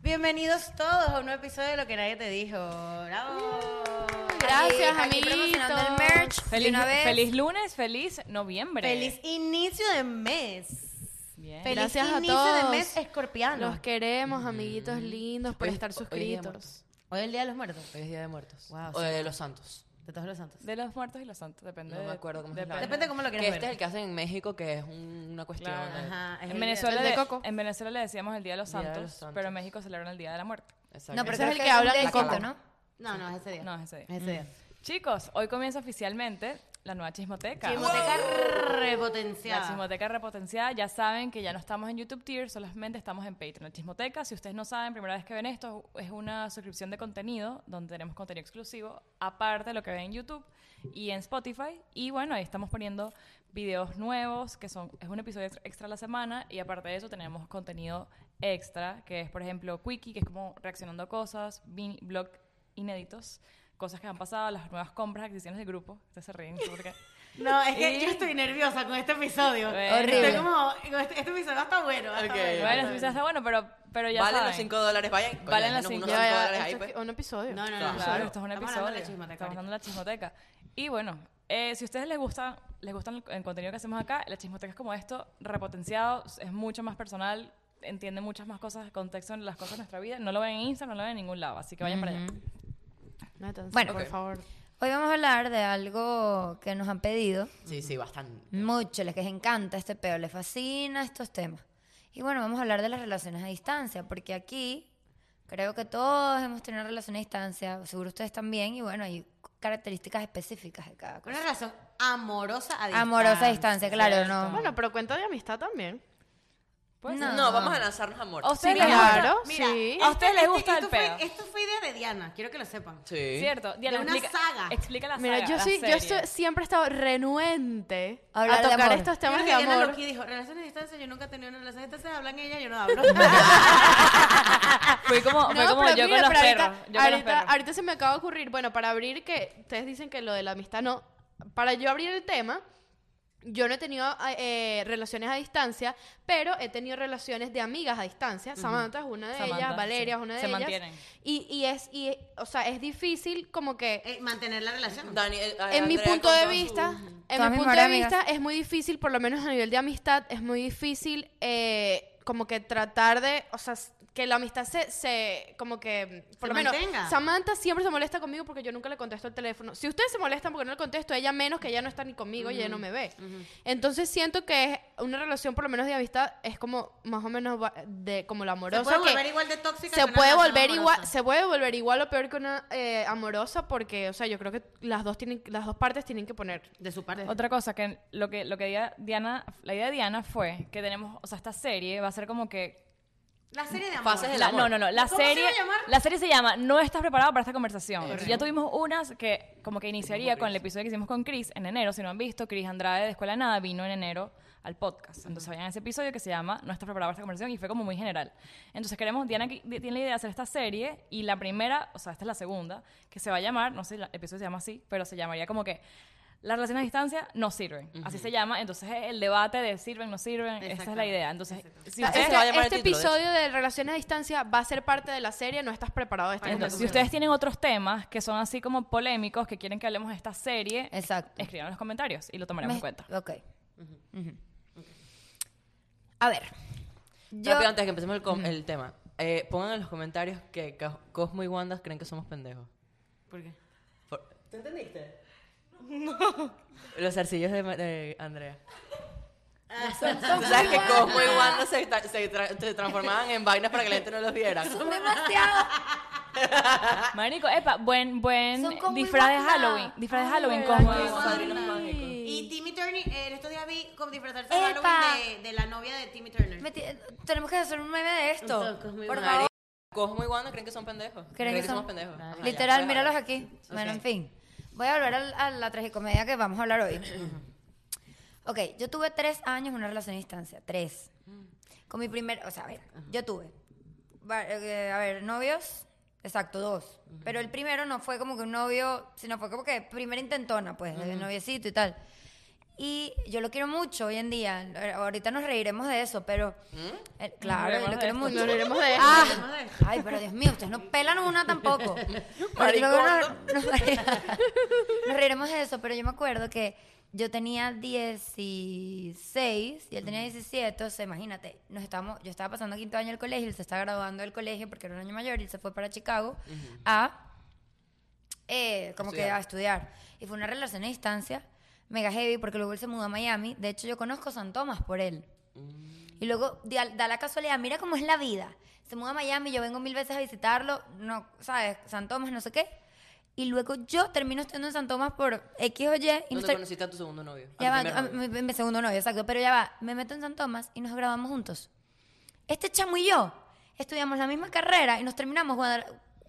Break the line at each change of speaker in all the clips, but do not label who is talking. Bienvenidos todos a un nuevo episodio de Lo que nadie te dijo. ¡Bravo!
Gracias,
Aquí- aquí promocionando el
amiguitos.
merch de
Feliz,
una vez.
feliz lunes, feliz noviembre.
Feliz inicio de mes.
Bien.
Feliz
Gracias a
inicio
todos.
de mes escorpiano.
Los
queremos, amiguitos lindos, por
Hoy-
estar
hoy es Día de
suscritos.
Muertos.
Hoy es el Día de los Muertos.
Hoy es Día de Muertos.
Wow,
o
sí.
de los santos.
De todos los santos.
De los muertos y los santos, depende.
No me
de-
acuerdo cómo es la
depende.
vaina.
Depende de cómo lo quieras
Que este
ver.
es el que hacen en México, que es un- una cuestión.
Claro.
eh,
Ajá, es el
En
día-
Venezuela,
El de
le,
Coco.
en Venezuela le decíamos el Día de los
Día de
Santos,
los Santos.
pero en México celebran el Día de la Muerte.
exacto.
No, pero
Ese
creo
es el
que hablan
de
de Coco,
Coco.
¿no?
No, no, es ese día.
No, Mm, es ese día.
Es ese día.
Chicos, hoy comienza oficialmente la nueva chismoteca.
Chismoteca
La
repotenciada.
Chismoteca repotenciada, ya saben que ya no estamos en YouTube Tier, solamente estamos en Patreon. La Chismoteca, si ustedes no saben, primera vez que ven esto, es una suscripción de contenido donde tenemos contenido exclusivo, aparte de lo que ven en YouTube y en Spotify. Y bueno, ahí estamos poniendo videos nuevos, que son, es un episodio extra- extra a la semana, y aparte de eso tenemos contenido extra, que es por ejemplo Quickie, que es como reaccionando a cosas, mini- blog inéditos, cosas que han pasado, las nuevas compras, adquisiciones del grupo, ustedes se ríen, porque...
No, es que
Y-
yo estoy nerviosa con este episodio.
Bueno.
Horrible.
Estoy como, este, este episodio está bueno. va a estar
Ok.
bueno.
Bueno, quizás está bueno, pero, pero ya
Valen
saben.
los 5 dólares, vayan. coño,
Valen los
déjenos
cinco.
unos
Ya,
cinco
ya,
dólares ahí,
Esto es
pues.
que- un episodio.
No, no, no.
Claro,
Claro,
esto es
Estamos
un episodio.
hablando de la chismoteca.
Estamos hablando de la chismoteca. Y bueno, eh, si a ustedes les gusta, les gustan el, el contenido que hacemos acá, la chismoteca es como esto, repotenciado, es mucho más personal, entiende muchas más cosas, contexto en las cosas de nuestra vida. No lo ven en Instagram, no lo ven en ningún lado, así que vayan para allá.
Métanse,
Bueno.
por
Ok.
favor.
Hoy vamos a hablar de algo que nos han pedido
pues. Sí, sí, bastante.
mucho, les que les encanta este pedo, les fascina estos temas. Y bueno, vamos a hablar de las relaciones a distancia, porque aquí creo que todos hemos tenido relaciones a distancia, seguro ustedes también, y bueno, hay características específicas de cada
Una
cosa.
relación amorosa a distancia.
Amorosa a distancia, claro, no.
Bueno, pero cuenta de amistad también.
Pues,
No.
No, vamos a lanzarnos a muertos.
Oh,
¿A ustedes les gusta?
Claro,
Mira, este
sí.
¿A ustedes les gusta
esto
el
fue-
peo?
Esto fue idea de Diana, quiero que lo sepan.
Sí.
Cierto, Diana,
De una
explica,
saga.
explica la
Mira,
saga,
yo,
la
sí, yo
serie.
estoy- siempre he estado renuente
Hablar
a
de
tocar
amor.
estos
Yo
temas de
creo que Diana
amor.
Loki dijo, relaciones a distancia, yo nunca he tenido una relación a distancia, hablan ella, yo no hablo.
Fue como, fue como yo
mira,
con
pero
los perros.
ahorita,
yo con los
ahorita-
perros.
ahorita se me acaba de ocurrir, bueno, para abrir que ustedes dicen que lo de la amistad no, para yo abrir el tema, yo no he tenido eh, relaciones a distancia, pero he tenido relaciones de amigas a distancia. Samantha es una de
Samantha,
ellas, Valeria
sí.
es una de
Se
ellas.
mantienen.
Y, y es, y, o sea, es difícil como que
Eh, mantener la relación.
Dani, eh, a-
en mi
Andrea
punto de
contó su-
vista,
Todas
en mi
mis
punto de
mejores amigas.
vista es muy difícil, por lo menos a nivel de amistad, es muy difícil eh, como que tratar de, o sea, s- que la amistad se, se como que, por
Se
lo menos,
mantenga.
Samantha siempre se molesta conmigo porque yo nunca le contesto el teléfono. Si ustedes se molestan porque no le contesto, ella menos que ella no está ni conmigo y ella
Mm.
no me ve. Entonces siento que es una relación, por lo menos de amistad, es como más o menos va- de como la
Se
amorosa.
puede
que-
volver igual de tóxica. que
se
una
puede
relación
volver igual
amorosa.
se puede volver igual o peor que una eh, amorosa porque o sea yo creo que las dos tienen las dos partes tienen que poner
De su parte.
Otra cosa que lo que lo que di- Diana, la idea de Diana fue que tenemos, o sea, esta serie va a ser como que
La serie de amor.
Fases de
la-
amor.
no, no, no, la
¿Cómo se
serie
iba a llamar?
la serie se llama No estás preparado para esta conversación.
Correcto.
Ya tuvimos unas que como que iniciaría
Con
con el
Chris.
episodio que hicimos con Chris en enero, si no han visto, Chris Andrade de Escuela de Nada vino en enero al podcast. Entonces vayan a ese episodio que se llama No estás preparado para esta conversación y fue como muy general. Entonces queremos Diana qui- tiene la idea de hacer esta serie y la primera, o sea, esta es la segunda, que se va a llamar, no sé, el episodio se llama así, pero se llamaría como que las relaciones a distancia no sirven. Así se llama. Entonces, el debate de sirven, no sirven, esta es la
Exactamente.
idea. Entonces, si
O sea,
ustedes
se va a
este,
llamar el
este
título, de
episodio de, relaciones a distancia va a ser parte de la serie no estás preparado de este esta
Entonces, si
conversación.
ustedes tienen otros temas que son así como polémicos, que quieren que hablemos de esta serie,
Exacto.
escriban en los comentarios y lo tomaremos en
Me-
cuenta.
Ok. Ujú. A ver. Yo,
Rápido, antes de que empecemos el, com- el tema, eh, pongan en los comentarios que Ca- Cosmo y Wanda creen que somos pendejos.
¿Por qué?
Por- ¿Tú entendiste? No. Los arcillos de, Ma- de Andrea.
Ah.
¿Tú sabes que Cosmo y Wanda se, tra- se tra- se transformaban en vainas para que la gente no los viera?
son demasiado.
Marico, epa, buen,
Ah. Son
buen
como
disfraz de
igual.
Halloween. Disfraz de Halloween,
Ay,
como.
padrinos mágicos.
Y Timmy Turner, eh, en estos días vi como disfrazarse de
Epa.
Halloween de, de la novia de Timmy Turner.
Me ti- tenemos que hacer un meme de esto.
Entonces, muy
Por
mal.
favor.
Cosmo y Wanda creen que son pendejos.
¿Creen que son?
somos pendejos. Ajá, ya,
Literal,
déjalo.
míralos aquí. Bueno,
Ok.
en fin. Voy a volver al- a, la tragicomedia que vamos a hablar hoy. ok, yo tuve tres años en una relación a distancia. Tres. Con mi primer... O sea, a ver, yo tuve... va- eh, A ver, novios... Exacto, dos. Pero el primero no fue como que un novio, sino fue como que primera intentona, pues, de noviecito y tal. Y yo lo quiero mucho hoy en día. Eh, Ahorita nos reiremos de eso, pero... eh, claro,
reiremos
lo
de
quiero
esto.
mucho.
¿Mm? Nos reiremos de esto.
Ah,
Hablemos de esto.
Ay, pero Dios mío, ustedes no pelan una tampoco.
Maricón.
Luego nos, nos- nos reiremos de eso, pero yo me acuerdo que yo tenía 16 y él tenía 17, entonces imagínate, nos estábamos, yo estaba pasando quinto año del colegio, él se estaba graduando del colegio porque era un año mayor y él se fue para Chicago a eh, como que a estudiar. Y fue una relación a distancia, mega heavy, porque luego él se mudó a Miami. De hecho, yo conozco San Tomás por él.
Mm.
Y luego da, da la casualidad, mira cómo es la vida. Se muda a Miami, yo vengo mil veces a visitarlo, no, ¿sabes? San Tomás, no sé qué. Y luego yo termino estando en San Tomás por X o Y. Y
¿Dónde
nuestra-
conociste a tu segundo novio? A
ya va,
tu primer
a-
novio.
mi, mi segundo novio, exacto. Pero ya va, me meto en San Tomás y nos graduamos juntos. Este chamo y yo estudiamos la misma carrera y nos terminamos guarda-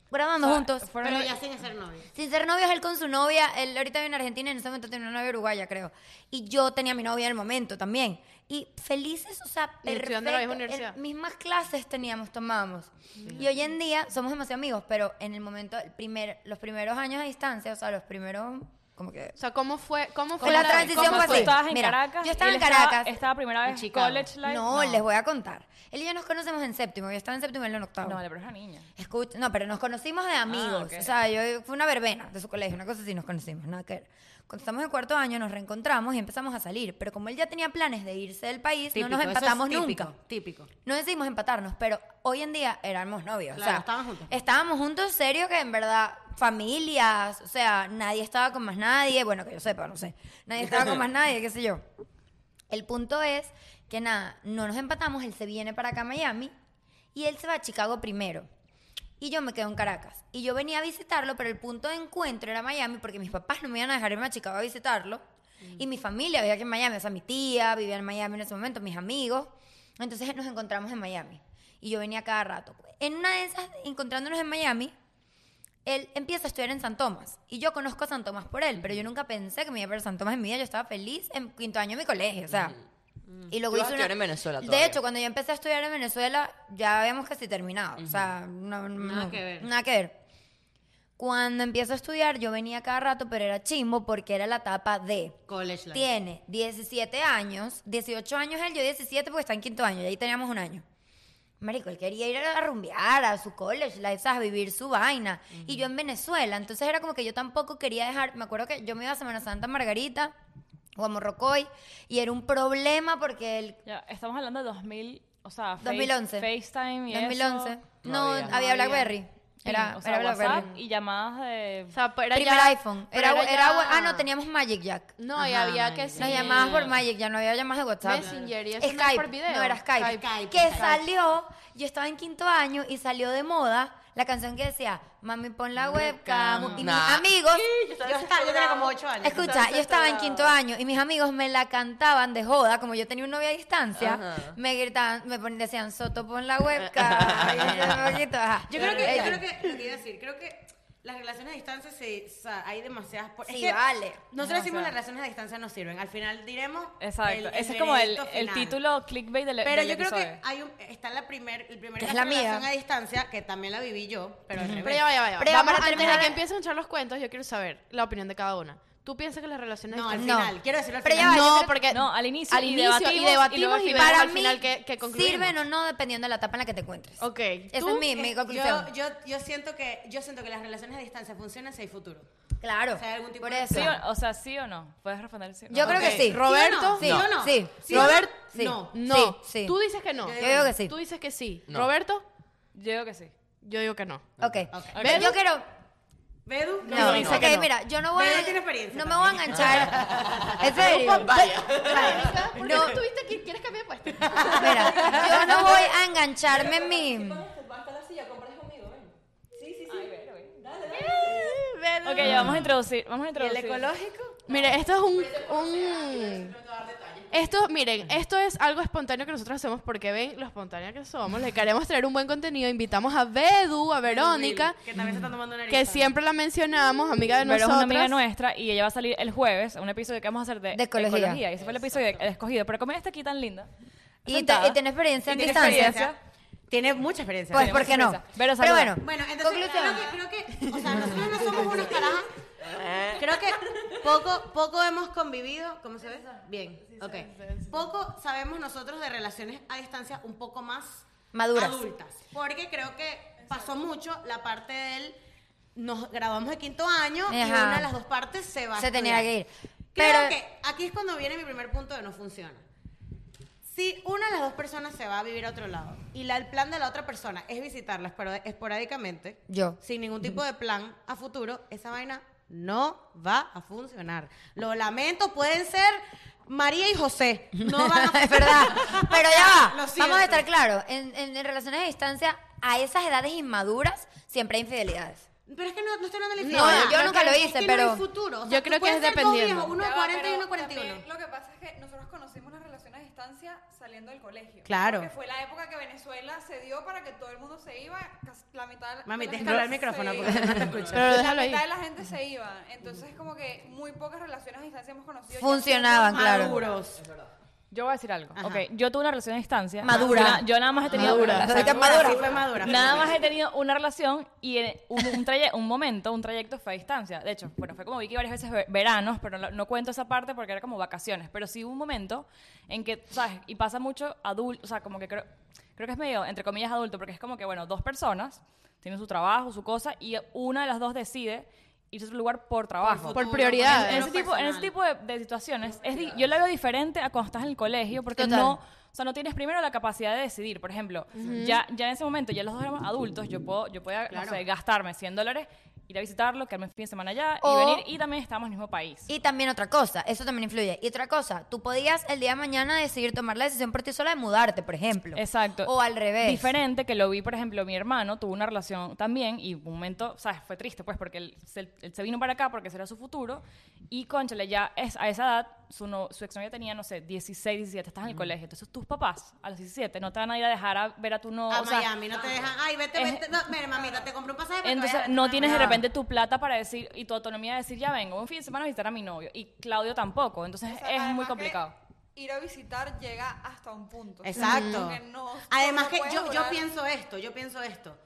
grabando juntos.
Fueron
Pero ya sin ser novio.
Sin ser novios, él con su novia, él ahorita vive en Argentina, en ese momento tiene una novia uruguaya, creo. Y yo tenía a mi novia en el momento también. Y felices, o sea,
Y estudiando en la misma
perfecto, en
universidad.
mismas clases teníamos, tomábamos. Y hoy en día somos demasiado amigos, pero en el momento, el primer, los primeros años a distancia, o sea, los primeros, como que...
O sea, ¿cómo fue? ¿Cómo fue
Con la transición
cómo
fue
tú
así.
estabas en
Mira,
Caracas.
yo estaba
él
en Caracas.
Estaba, estaba primera vez
Chicago.
college life.
No, les voy a contar. Él y yo nos conocemos en séptimo, yo estaba en séptimo y él en octavo.
No, vale, pero es una niña.
Escucha, no, pero nos conocimos de
Ah,
amigos.
ok.
O sea, yo fue una verbena de su colegio, una cosa así nos conocimos, nada que ver. Cuando estamos en cuarto año nos reencontramos y empezamos a salir, pero como él ya tenía planes de irse del país, no nos
eso es
empatamos
típico,
nunca.
Típico.
No decidimos empatarnos, pero hoy en día éramos novios. o
Claro,
sea,
estaban juntos.
Estábamos juntos, serio, que en verdad, familias, o sea, nadie estaba con más nadie, bueno, que yo sepa, no sé. Nadie estaba con más nadie, qué sé yo. El punto es que nada, no nos empatamos, él se viene para acá a Miami y él se va a Chicago primero. Y yo me quedo en Caracas. Y yo venía a visitarlo, pero el punto de encuentro era Miami porque mis papás no me iban a dejar irme a Chicago a visitarlo. Y mi familia vivía aquí en Miami, o sea, mi tía vivía en Miami en ese momento, mis amigos. Entonces nos encontramos en Miami. Y yo venía cada rato. En una de esas, encontrándonos en Miami, él empieza a estudiar en San Tomás. Y yo conozco a San Tomás por él, pero
Mm.
yo nunca pensé que me iba a ver a San Tomás en mi vida. Yo estaba feliz en quinto año de mi colegio, o sea. Y luego
Mm. Tú vas
hice
a
una-
estudiar en Venezuela
De
todavía.
hecho, cuando yo empecé a estudiar en Venezuela, ya habíamos casi terminado. O sea, no- no-
Nada
no,
que ver.
Nada que ver. Cuando empiezo a estudiar, yo venía cada rato, pero era chimbo porque era la etapa de.
College life.
Tiene 17 años, 18 años él, yo 17 porque está en quinto año, y ahí teníamos un año. Marico, él quería ir a rumbear a su college life, ¿sabes? A vivir su vaina. Y yo en Venezuela, entonces era como que yo tampoco quería dejar, me acuerdo que yo me iba a Semana Santa a Margarita o a Morrocoy y era un problema porque él...
Ya, estamos hablando de 2000, o sea, Face-
2011.
FaceTime y
2011.
eso.
No,
No
había,
había.
No había.
Blackberry. Era,
o sea,
era
WhatsApp
Blackberry.
y llamadas de
O sea, pero era
Primer
ya-
iPhone.
pero
Era,
ya-
era- ah, no, teníamos Magic Jack.
No, y
Ajá,
había que
Magic.
sí.
Nos llamabas por Magic, ya no había llamadas de WhatsApp.
Messenger y eso no era por video.
No era Skype.
Skype.
Skype,
que
Skype.
salió, yo estaba en quinto año y salió de moda la canción que decía, mami pon la webcam. Y
Nah.
mis amigos,
Yo, estaba, yo tenía como 8 años.
escucha, yo estaba en quinto año y mis amigos me la cantaban de joda, como yo tenía un novio a distancia,
Ajá.
me gritaban, me ponían, decían, Soto pon la webcam. Y yo, "Poquito, ajá". Eh,
Yo creo que, yo
Ella.
creo que, lo que iba a decir, creo que las relaciones a distancia se, o sea, hay demasiadas. por-
Sí,
que
vale.
Nosotros decimos
Demasiado.
las relaciones a distancia no sirven. Al final diremos.
Exacto,
el- el
ese es como el,
veredicto
el
final.
título clickbait del,
Pero
del
yo creo que
episodio.
hay un, está la primer, el primer
Que es
caso
la
de
mía.
relación a distancia, que también la viví yo, pero al
Pero
revés.
ya va, ya va, ya va.
Pero
Vamos,
vamos a
antes
terminar-
de que empiecen a echar los cuentos, yo quiero saber la opinión de cada una. ¿Tú piensas que las relaciones
No, al
están-
No.
final. Quiero decirlo al
Pero ya
final.
va, yo
No,
creo-
porque
No, al inicio,
al
y
inicio, y
debatimos,
debatimos,
y luego al
y
final.
vemos
para
al
mí
final que, que concluimos.
sirven o no dependiendo de la etapa en la que te encuentres.
Ok.
Esa
¿tú?
es mi, mi
Eh,
conclusión.
yo, yo, yo siento que yo siento que las relaciones a distancia funcionan si hay futuro.
claro.
o sea, algún tipo
por
de-
eso.
Sí o, o sea, sí o no. Puedes responder sí o no.
Yo creo
Ok.
que sí.
¿Roberto?
Sí,
¿Sí o no?
sí.
¿Sí o no?
Robert- sí.
No.
No.
Sí, sí.
Tú dices que no.
Yo digo que sí.
Tú dices que sí.
No.
¿Roberto?
Yo digo que sí.
Yo digo que no.
Ok.
Ok.
Ve, Yo quiero.
Bedu, ¿qué
No,
dices?
ok,
que no.
mira, yo no voy
Pero
a.
él tiene experiencia
No me voy a enganchar. En serio. Vaya.
¿Por qué
No,
no tuviste aquí? ¿Quieres cambiar de puesto?
mira, yo no voy a engancharme en mi.
Ok, ya vamos a introducir. Vamos a
¿Y el
introducir.
ecológico?
Mire, esto es un... un... Esto, miren, esto es algo espontáneo que nosotros hacemos porque ven lo espontánea que somos. Le queremos traer un buen contenido. Invitamos a Bedu, a Verónica,
Que también se está tomando una
que siempre la mencionamos, amiga de
Pero es
nosotros.
una amiga nuestra y ella va a salir el jueves a un episodio que vamos a hacer de,
De ecología.
Y ese fue el episodio de- escogido. Pero como ella está aquí tan linda.
Y, te,
sentada,
y tiene experiencia en
tiene
distancia.
experiencia,
Tiene mucha experiencia.
Pues,
Tiene
¿por qué no?
experiencia. Pero
Pero,
saluda.
bueno.
Bueno, entonces creo
conclusión.
que, creo que, o sea, nosotros no somos unos carajos. Creo que poco, poco hemos convivido, ¿cómo se ve? Bien, ok. Poco sabemos nosotros de relaciones a distancia un poco más
Maduras.
adultas. Porque creo que pasó mucho la parte del. Nos graduamos de quinto año y
Ajá.
una de las dos partes se va. a
Se tenía
estudiar.
que ir.
Creo
Pero-
que aquí es cuando viene mi primer punto de no funciona. Si una de las dos personas se va a vivir a otro lado y la- el plan de la otra persona es visitarlas, pero esporádicamente,
Yo.
sin ningún tipo de plan a futuro, esa vaina no va a funcionar. Lo lamento, pueden ser María y José. No van a
es verdad. Pero ya
Lo
va.
siento.
Vamos a estar claros. En, en- en relaciones a distancia, a esas edades inmaduras, siempre hay infidelidades.
Pero es que no, no estoy hablando de la
No,
infidelidad.
yo nunca
Es
lo
que
hice,
no
pero-
hay futuro. O sea,
Yo
tú
creo que
puedes
es
ser dos
dependiendo.
viejos, uno
Ya
de
va,
40 y
pero
uno de 41.
también Lo que pasa es que nosotros conocimos las relaciones a distancia saliendo del colegio.
Claro.
Que fue la época que Venezuela se dio para que todo el mundo se iba, casi la mitad
Mami, tienes
la
que
mitad
hablar al
se
micrófono
iba.
porque no te escucho.
Pero déjalo
la
ahí.
mitad de la gente se iba. Entonces, como que muy pocas relaciones a distancia hemos conocido.
Funcionaban, Ah, claro.
Maduros.
Yo voy a decir algo.
Ajá.
Ok, yo tuve una relación a distancia.
Madura.
Yo, yo nada más he tenido
Madura.
una
Soy tan
Madura.
madura.
Sí, fue madura.
Nada más he tenido una relación y en un, un traye- un momento, un trayecto fue a distancia. De hecho, bueno, fue como Vicky varias veces ve- veranos, pero no, no cuento esa parte porque era como vacaciones. Pero sí hubo un momento en que, ¿sabes? Y pasa mucho adulto, o sea, como que creo, creo que es medio, entre comillas, adulto, porque es como que, bueno, dos personas tienen su trabajo, su cosa, y una de las dos decide irse a otro lugar por trabajo.
Por prioridades.
En ese, tipo, en ese tipo de, de situaciones, es di- yo la veo diferente a cuando estás en el colegio, porque
Total.
no, o sea, no tienes primero la capacidad de decidir. Por ejemplo, ya, ya en ese momento, ya los dos éramos adultos, yo puedo, yo podía, no sé, gastarme 100 dólares, ir a visitarlo, quedarme un fin de semana allá
O-
y venir, y también estábamos en el mismo país.
Y también otra cosa, eso también influye. Y otra cosa, tú podías el día de mañana decidir tomar la decisión por ti sola de mudarte, por ejemplo.
Exacto.
O al revés.
Diferente que lo vi, por ejemplo, mi hermano tuvo una relación también y un momento, ¿sabes? Fue triste, pues, porque él se, él se vino para acá porque será su futuro. Y, conchale, ya es, a esa edad, su, no, su exnovia tenía, no sé, 16, 17, estás en el colegio. Entonces, tus papás a los 17 no te van a ir a dejar a ver a tu novio.
A
o sea,
Miami, no te dejan. Ay, vete,
es-
vete. No, mira, mamita, te compré un pasaje. para que
Entonces,
vayas a-
no tienes de repente tu plata para decir y tu autonomía de decir, ya vengo un fin de semana a visitar a mi novio. Y Claudio tampoco. Entonces,
O sea,
es
además
muy
que
complicado.
Ir a visitar llega hasta un punto.
Exacto.
Como que no-
Además
no
que
puedes
yo, yo
durar-
pienso esto, yo pienso esto.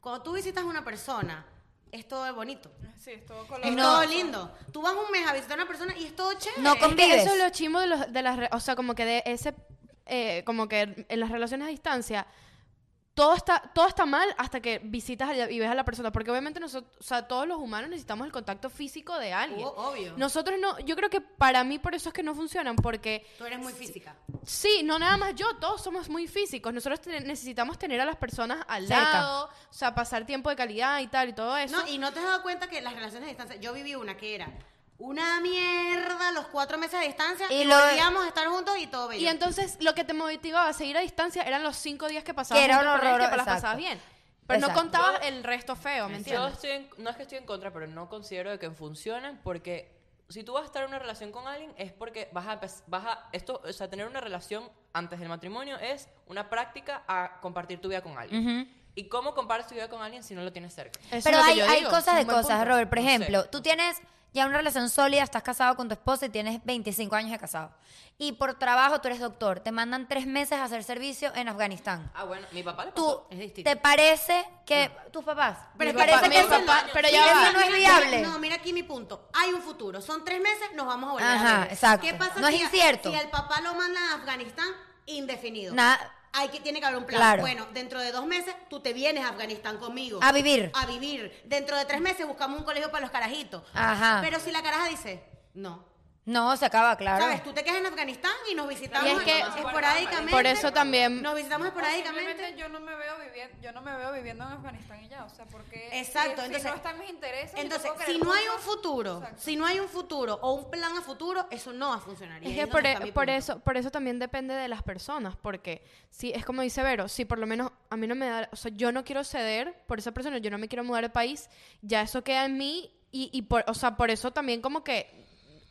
Cuando tú visitas a una persona, es todo bonito.
Sí, es todo
Es
color.
todo lindo. Tú vas un mes a visitar a una persona y es todo chévere.
No
Es que
convives.
eso es lo chimo de, los, de las... re- O sea, como que de ese... eh, como que en las relaciones a distancia... Todo está, todo está mal hasta que visitas a la- y ves a la persona. Porque obviamente nosotros, o sea, todos los humanos necesitamos el contacto físico de alguien.
O- obvio.
Nosotros no, yo creo que para mí por eso es que no funcionan. Porque
Tú eres muy física.
Sí, no nada más yo, todos somos muy físicos. Nosotros te- necesitamos tener a las personas al
Cerca.
lado, o sea, pasar tiempo de calidad y tal y todo eso.
No, y no te has dado cuenta que las relaciones a distancia, yo viví una que era una mierda los cuatro meses de distancia y,
Y lo-
volvíamos a estar juntos y todo bello.
Y entonces lo que te motivaba a seguir a distancia eran los cinco días que pasabas
Que era
juntos
un
con ellos, que
horror,
las
exacto.
pasabas bien. Pero
Exacto.
no contabas el resto feo, ¿me
Yo
entiendes?
estoy en- no es que estoy en contra, pero no considero de que funcionen porque si tú vas a estar en una relación con alguien es porque vas a, empez- vas a esto, o sea, tener una relación antes del matrimonio es una práctica a compartir tu vida con alguien. ¿Y cómo compartes tu vida con alguien si no lo tienes cerca?
Eso es
Pero
lo que
hay,
yo
hay
digo, es
cosas
un
de
buen
cosas,
punto.
Robert. Por
No sé.
ejemplo, tú tienes ya una relación sólida, estás casado con tu esposa y tienes 25 años de casado. Y por trabajo tú eres doctor. Te mandan tres meses a hacer servicio en Afganistán.
Ah, bueno, mi papá le
Tú,
pasó.
Es distinto.
¿Te parece que tus papás?
Pero
¿Te
es que
parece
papá-
que
mi
eso,
papá-
pero
que
ya
eso
va.
no es
Mira,
viable?
No, mira aquí mi punto. Hay un futuro. Son tres meses, nos vamos a volver a
Ajá,
ver.
exacto.
¿Qué pasa
No es
si,
incierto.
si el papá lo manda a Afganistán? Indefinido.
Nada.
Hay que, tiene que haber un plan.
Claro.
Bueno, dentro de dos meses tú te vienes a Afganistán conmigo.
A vivir.
A vivir. Dentro de tres meses buscamos un colegio para los carajitos.
Ajá.
Pero si la caraja dice, no.
No, se acaba, claro.
¿Sabes? Tú te quedas en Afganistán y nos visitamos
Y es que-
esporádicamente.
Por eso también-
Nos visitamos
Simplemente
esporádicamente.
yo no me veo viviendo, yo no me veo viviendo en Afganistán y ya, o sea, porque si-
Exacto,
si,
entonces-
no están mis intereses, yo
Entonces,
puedo
si
querer
no hay
cosas-
un futuro,
Exacto.
si no hay un futuro o un plan a futuro, eso no va a funcionar. Y
Es
ahí
que
donde
por, e,
está mi
por
punto.
eso, por eso también depende de las personas, porque si es como dice Vero, si por lo menos a mí no me da, o sea, yo no quiero ceder por esa persona, yo no me quiero mudar de país, ya eso queda en mí y, y por, o sea, por eso también como que,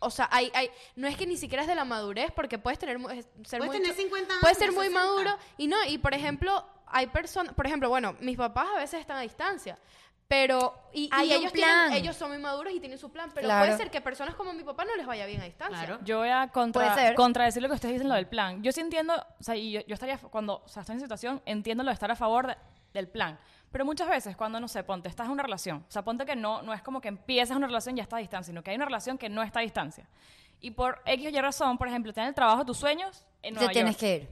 o sea, hay, hay, no es que ni siquiera es de la madurez, porque puedes tener, mu- es- ser
Puedes
muy,
tener 50
puedes
años,
ser muy
60.
maduro y no, y por ejemplo, hay personas, por ejemplo, bueno, mis papás a veces están a distancia. Pero, y, y
Hay un
ellos, tienen-
plan.
ellos son muy maduros y tienen su plan, pero
Claro.
puede ser que personas como mi papá no les vaya bien a distancia.
Claro.
Yo voy a contra,
Puede ser.
contradecir lo que ustedes dicen lo del plan. Yo sí entiendo, o sea, y yo, yo estaría, cuando o sea, estoy en esa situación, entiendo lo de estar a favor de- del plan. Pero muchas veces cuando, no sé, ponte, estás en una relación, o sea, ponte que no, no es como que empiezas una relación y ya está a distancia, sino que hay una relación que no está a distancia. Y por X o Y razón, por ejemplo, tienes el trabajo, de tus sueños en
Te
Nueva
tienes
York
que ir.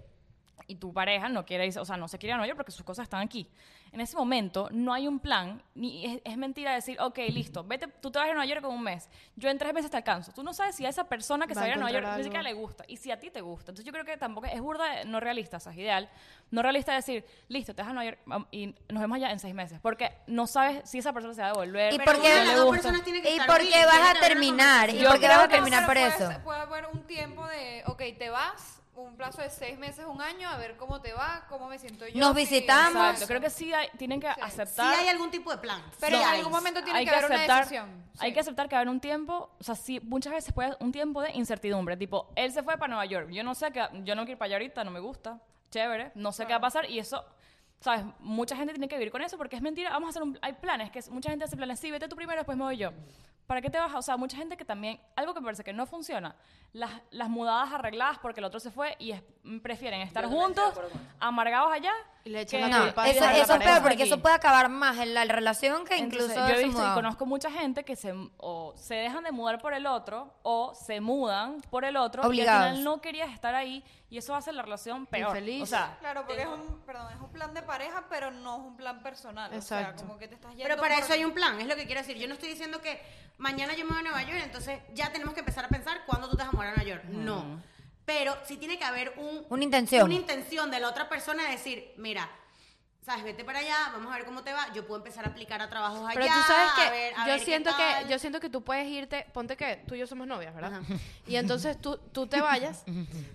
y tu pareja no quiere irse, o sea, no se quiere a Nueva York porque sus cosas están aquí. En ese momento no hay un plan, ni es, es mentira decir, ok, listo, vete, tú te vas a ir a Nueva York en un mes, yo en tres meses te alcanzo. Tú no sabes si a esa persona que
Va
se va
a
a ir a Nueva York
encontrar
ni
algo.
siquiera le gusta y si a ti te gusta. Entonces yo creo que tampoco es burda, no realista, o sea, es ideal. No realista decir, listo, te vas a Nueva York vam- y nos vemos ya en seis meses, porque no sabes si esa persona se va a devolver.
¿Y
Pero
por
una
qué-
de
no
las
le
dos
gusta?
personas tiene que
¿Y
estar
por
bien,
qué vas
tienen
a
que haber una
terminar? ¿Y
Yo
por qué
creo
vas a
que-
terminar por
Pero
eso?
puede- Puede haber un tiempo de, ok, te vas, un plazo de seis meses, un año, a ver cómo te va, cómo me siento yo.
Nos
si-
visitamos.
Exacto, creo que sí hay- tienen que
Si
aceptar.
hay algún tipo de plan.
Pero
Sí
en
hay.
algún momento tiene
hay
que, haber una decisión.
Hay
sí.
que aceptar que va a haber un tiempo, o sea, sí, muchas veces puede haber un tiempo de incertidumbre, tipo, él se fue para Nueva York, yo no sé qué, yo no quiero ir para allá ahorita, no me gusta, chévere, no sé qué va a pasar y eso, sabes, mucha gente tiene que vivir con eso porque es mentira, vamos a hacer un, hay planes, que es- mucha gente hace planes, sí, vete tú primero, después me voy yo. ¿Para qué te vas? a- O sea, mucha gente que también, algo que me parece que no funciona, las, las mudadas arregladas porque el otro se fue y es- prefieren estar juntos, amargados allá.
Y le echan
que-
la
No,
culpa
eso,
dejar la
eso es peor
pareja
porque
aquí.
eso puede acabar más en la relación que
Entonces,
incluso
yo he
se
visto y
mudado.
conozco mucha gente que se, o se dejan de mudar por el otro o se mudan por el otro y al
Obligados.
final no querías estar ahí y eso hace la relación peor.
Infeliz.
O sea,
Claro, porque es un, perdón, es un plan de pareja, pero no es un plan personal. O sea,
Exacto.
como que te estás yendo.
Pero para
por-
eso hay un plan, es lo que quiero decir. Yo no estoy diciendo que mañana yo me voy a Nueva York, entonces ya tenemos que empezar a pensar cuándo tú te vas a mudar a Nueva York. No. Pero sí tiene que haber un,
Una intención.
Una intención de la otra persona de decir, mira, sabes, vete para allá, vamos a ver cómo te va. Yo puedo empezar a aplicar a trabajos allá.
Pero tú sabes que
a ver- a
yo
ver qué
siento
tal".
que yo siento que tú puedes irte, ponte que tú y yo somos novias, ¿verdad?
Ajá.
Y entonces tú, tú te vayas,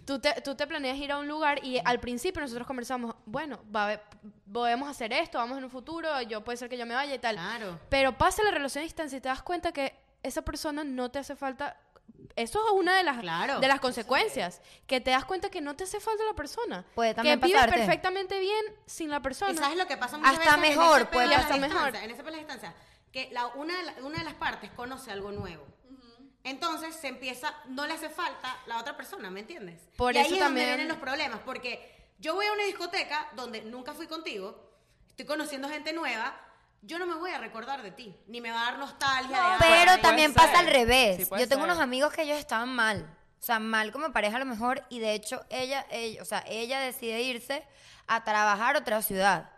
tú te, tú te planeas ir a un lugar y al principio nosotros conversamos, bueno, va a haber- podemos hacer esto, vamos en un futuro, yo puede ser que yo me vaya y tal.
Claro.
Pero pasa la relación a distancia y te das cuenta que esa persona no te hace falta. Eso es una de las,
Claro.
de las consecuencias. Que te das cuenta que no te hace falta la persona.
Puede también
que vives
pasarte.
perfectamente bien sin la persona.
¿Y sabes lo que pasa muchas
Hasta
veces
mejor,
en ese
puede
pedo de las
pasar mejor.
distancias? En ese pedo de las distancias, que la- una, de la- una de las partes conoce algo nuevo. Entonces se empieza, no le hace falta la otra persona, ¿me entiendes?
Por
y ahí
eso
es
también-
donde vienen los problemas, porque yo voy a una discoteca donde nunca fui contigo, estoy conociendo gente nueva, yo no me voy a recordar de ti, ni me va a dar nostalgia. de, "Ay,
Pero
puede
también
ser.
pasa al revés.
Sí, puede
Yo tengo
ser.
unos amigos que ellos estaban mal. O sea, mal como pareja a lo mejor. Y de hecho, ella, ella- o sea, ella decide irse a trabajar a otra ciudad.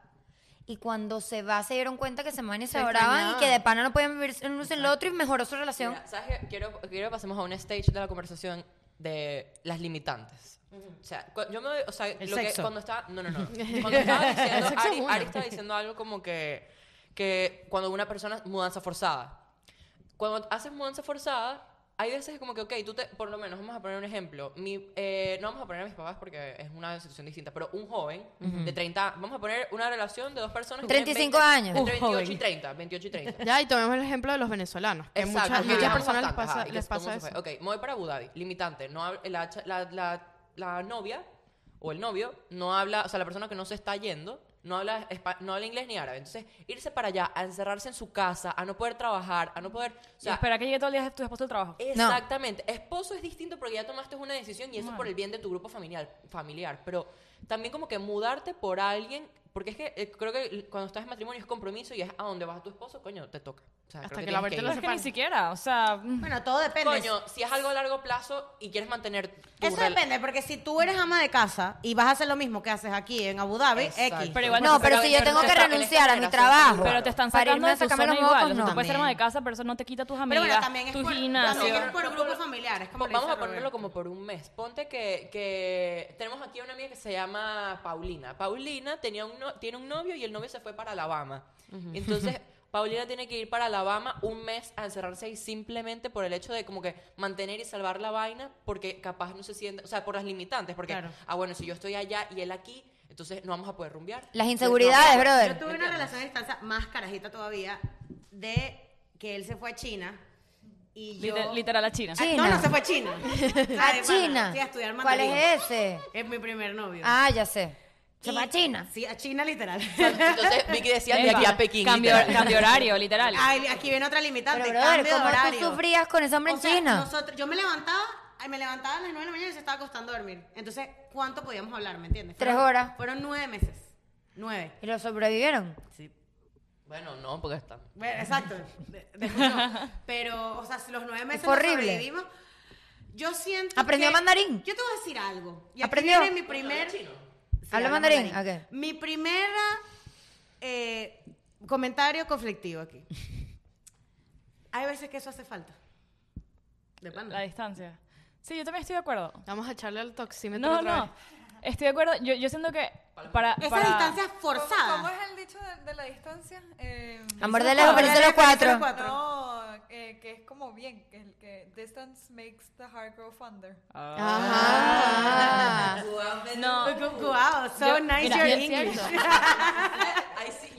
Y cuando se va, se dieron cuenta que se man y se
Se
adoraban y
extrañaban.
que de pana no podían vivir el uno sin el otro y mejoró su relación.
Mira, ¿sabes qué? Quiero, quiero que pasemos a un stage de la conversación de las limitantes. O sea, cu- yo me doy- o sea, lo que
sexo.
cuando estaba, no, no, no. Cuando estaba
El
diciendo,
sexo es
Ari,
uno.
Ari estaba diciendo algo como que, que cuando una persona mudanza forzada. Cuando haces mudanza forzada, hay veces como que, ok, tú te, por lo menos, vamos a poner un ejemplo. Mi, eh, no vamos a poner a mis papás porque es una situación distinta, pero un joven de 30, vamos a poner una relación de dos personas. que tienen
35 años.
Entre
Un
28 y 30, 28 y 30.
Ya, y tomemos el ejemplo de los venezolanos. Que
Exacto,
muchas,
ajá.
muchas personas les
Bastante,
pasa,
ajá, y que
les
todo el
pasa
mundo
eso.
se fue. Ok, me voy para Abu Dhabi. Limitante. No hab- la, cha- la, la- la novia o el novio no habla, o sea, la persona que no se está yendo no habla, espa- no habla inglés ni árabe. Entonces, irse para allá, a encerrarse en su casa, a no poder trabajar, a no poder. O
y
sea,
espera que llegue todo el día tu esposo del trabajo.
Exactamente. Esposo es distinto porque ya tomaste una decisión y eso por el bien de tu grupo familiar, familiar. Pero también como que mudarte por alguien, porque es que eh, creo que l- cuando estás en matrimonio es compromiso y es a donde vas a tu esposo, coño, te toca. O sea,
Hasta
creo
que la
tienes
muerte
ir.
lo
Es que ni
separan.
siquiera, o sea, mm,
Bueno, todo depende.
Coño, si es algo a largo plazo y quieres mantener tu
Eso
rela-
depende, porque si tú eres ama de casa y vas a hacer lo mismo que haces aquí en Abu Dhabi,
Exacto.
X.
Pero igual
no, pero
pero
si yo
en
tengo
esta-
que
en esta
renunciar a mi
generación,
trabajo.
claro.
pero te están
para
sacando
irme a
de tu
sacarme
zona
los
igual,
mocos,
o sea, tú
no.
puedes ser ama de casa, pero eso no te quita tus amigas,
bueno, también es
tu
por-
gimnasio.
también
Pero
es por
no,
grupos
pero-
familiares, como
po-
le
Vamos
dice
a ponerlo
Roberto.
como por un mes. Ponte que, que tenemos aquí una amiga que se llama Paulina. Paulina tenía un no- tiene un novio y el novio se fue para Alabama. Entonces, Paulina tiene que ir para Alabama un mes a encerrarse ahí simplemente por el hecho de como que mantener y salvar la vaina porque capaz no se siente, o sea, por las limitantes, porque,
Claro.
ah, bueno, si yo estoy allá y él aquí, entonces no vamos a poder rumbear.
Las
Entonces, no
inseguridades,
vamos a-
brother.
Yo tuve una relación a distancia más carajita todavía de que él se fue a China y yo...
Liter- literal a China.
Ah, No,
China.
no, se fue a China.
A
Ay, pana,
China.
Sí, a estudiar
¿Cuál
mandarín.
es ese?
Es mi primer novio.
Ah, ya sé. Se
Y-
va a China.
Sí, a China literal.
Entonces, Vicky decía, de
Epa,
aquí a Pekín.
Cambio,
literal.
cambio horario, literal.
Ay, aquí viene otra limitante,
Pero, brother,
cambio de
¿cómo
horario.
tú sufrías con ese hombre
O
en
sea,
China?
nosotros- yo me levantaba, ay, me levantaba a las 9 de la mañana y se estaba acostando a dormir. Entonces, ¿cuánto podíamos hablar, me entiendes?
Tres
Fueron-
horas.
Fueron nueve meses. Nueve.
¿Y lo sobrevivieron?
Bueno, no, porque está...
Bueno, exacto. De- después no. Pero, o sea, si los nueve meses
Fue
los
horrible.
sobrevivimos, Yo siento
¿Aprendió
que-
mandarín?
Yo te voy a decir algo. Y aquí
¿Aprendió?
viene mi primer... Sí, habla
¿Habla mandarín? Ok.
Mi primera eh, comentario conflictivo aquí. Hay veces que eso hace falta. De
La
pana.
distancia. Sí, yo también estoy de acuerdo.
Vamos a echarle al toxímetro
No,
otra
no.
vez.
Estoy de acuerdo. Yo, yo siento que para.
Esas
para-
distancias
¿Cómo,
forzadas.
cómo es el dicho de, de la distancia? Eh,
Amor de
Amor
lejos, pero
de
solo
lejos,
cuatro.
pero cuatro.
No, eh, que es como bien, que, el que distance makes the heart grow fonder.
Ajá.
No.
Ah. Wow, so
Yo-
nice
mira,
your
yo-
Es
English.
cierto.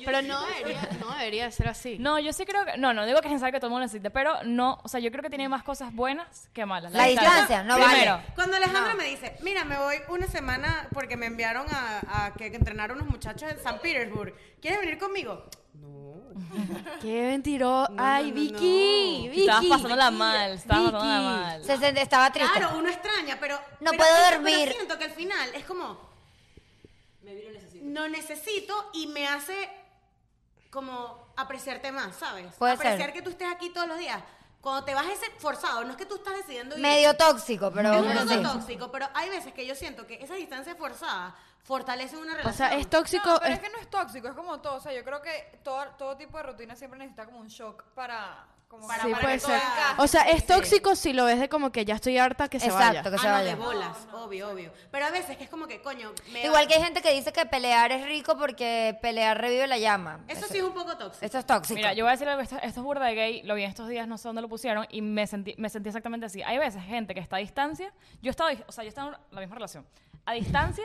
Pero no debería, no debería ser así.
No, yo sí creo que. No, no digo que es necesario que todo el mundo necesite, pero no. O sea, yo creo que tiene más cosas buenas que malas.
La distancia, no
Primero,
vale.
Cuando Alejandra me dice, mira, me voy una semana porque me enviaron a, a que entrenar unos muchachos en San Petersburg. ¿Quieres venir conmigo? No.
Qué mentiroso.
No,
Ay,
no, no,
Vicky,
no.
Vicky.
Estabas pasándola
Vicky,
mal. Estabas pasándola
Vicky.
mal.
Se sent- estaba triste.
Claro, uno extraña, pero.
No
pero
puedo
siento-
dormir.
Pero siento que al final es como. No necesito y me hace como apreciarte más, ¿sabes?
Puede ser.
Apreciar que tú estés aquí todos los días. Cuando te vas es forzado, no es que tú estás decidiendo ir.
Medio tóxico,
es
pero.
un poco
sí.
tóxico, pero hay veces que yo siento que esa distancia forzada fortalece una
O
relación.
sea, es tóxico.
No, pero
es-
es que no es tóxico, es como todo. O sea, yo creo que todo, todo tipo de rutina siempre necesita como un shock para... Como
Para-
sí,
para
puede
que todo
ser.
encaje.
O sea, es
Sí.
tóxico si lo ves de como que ya estoy harta que se vaya.
Exacto, que se
Ah, no,
vaya.
de bolas, obvio, obvio. Pero a veces que es como que, coño, me
Igual que hay gente que dice que pelear es rico porque pelear revive la llama.
Eso sí es un poco tóxico.
Eso es tóxico.
Mira, yo voy a decir algo, esto, esto es burda de gay, lo vi en estos días, no sé dónde lo pusieron, y me sentí, me sentí exactamente así. Hay veces gente que está a distancia, yo he estado, o sea, yo he estado en la misma relación, a distancia,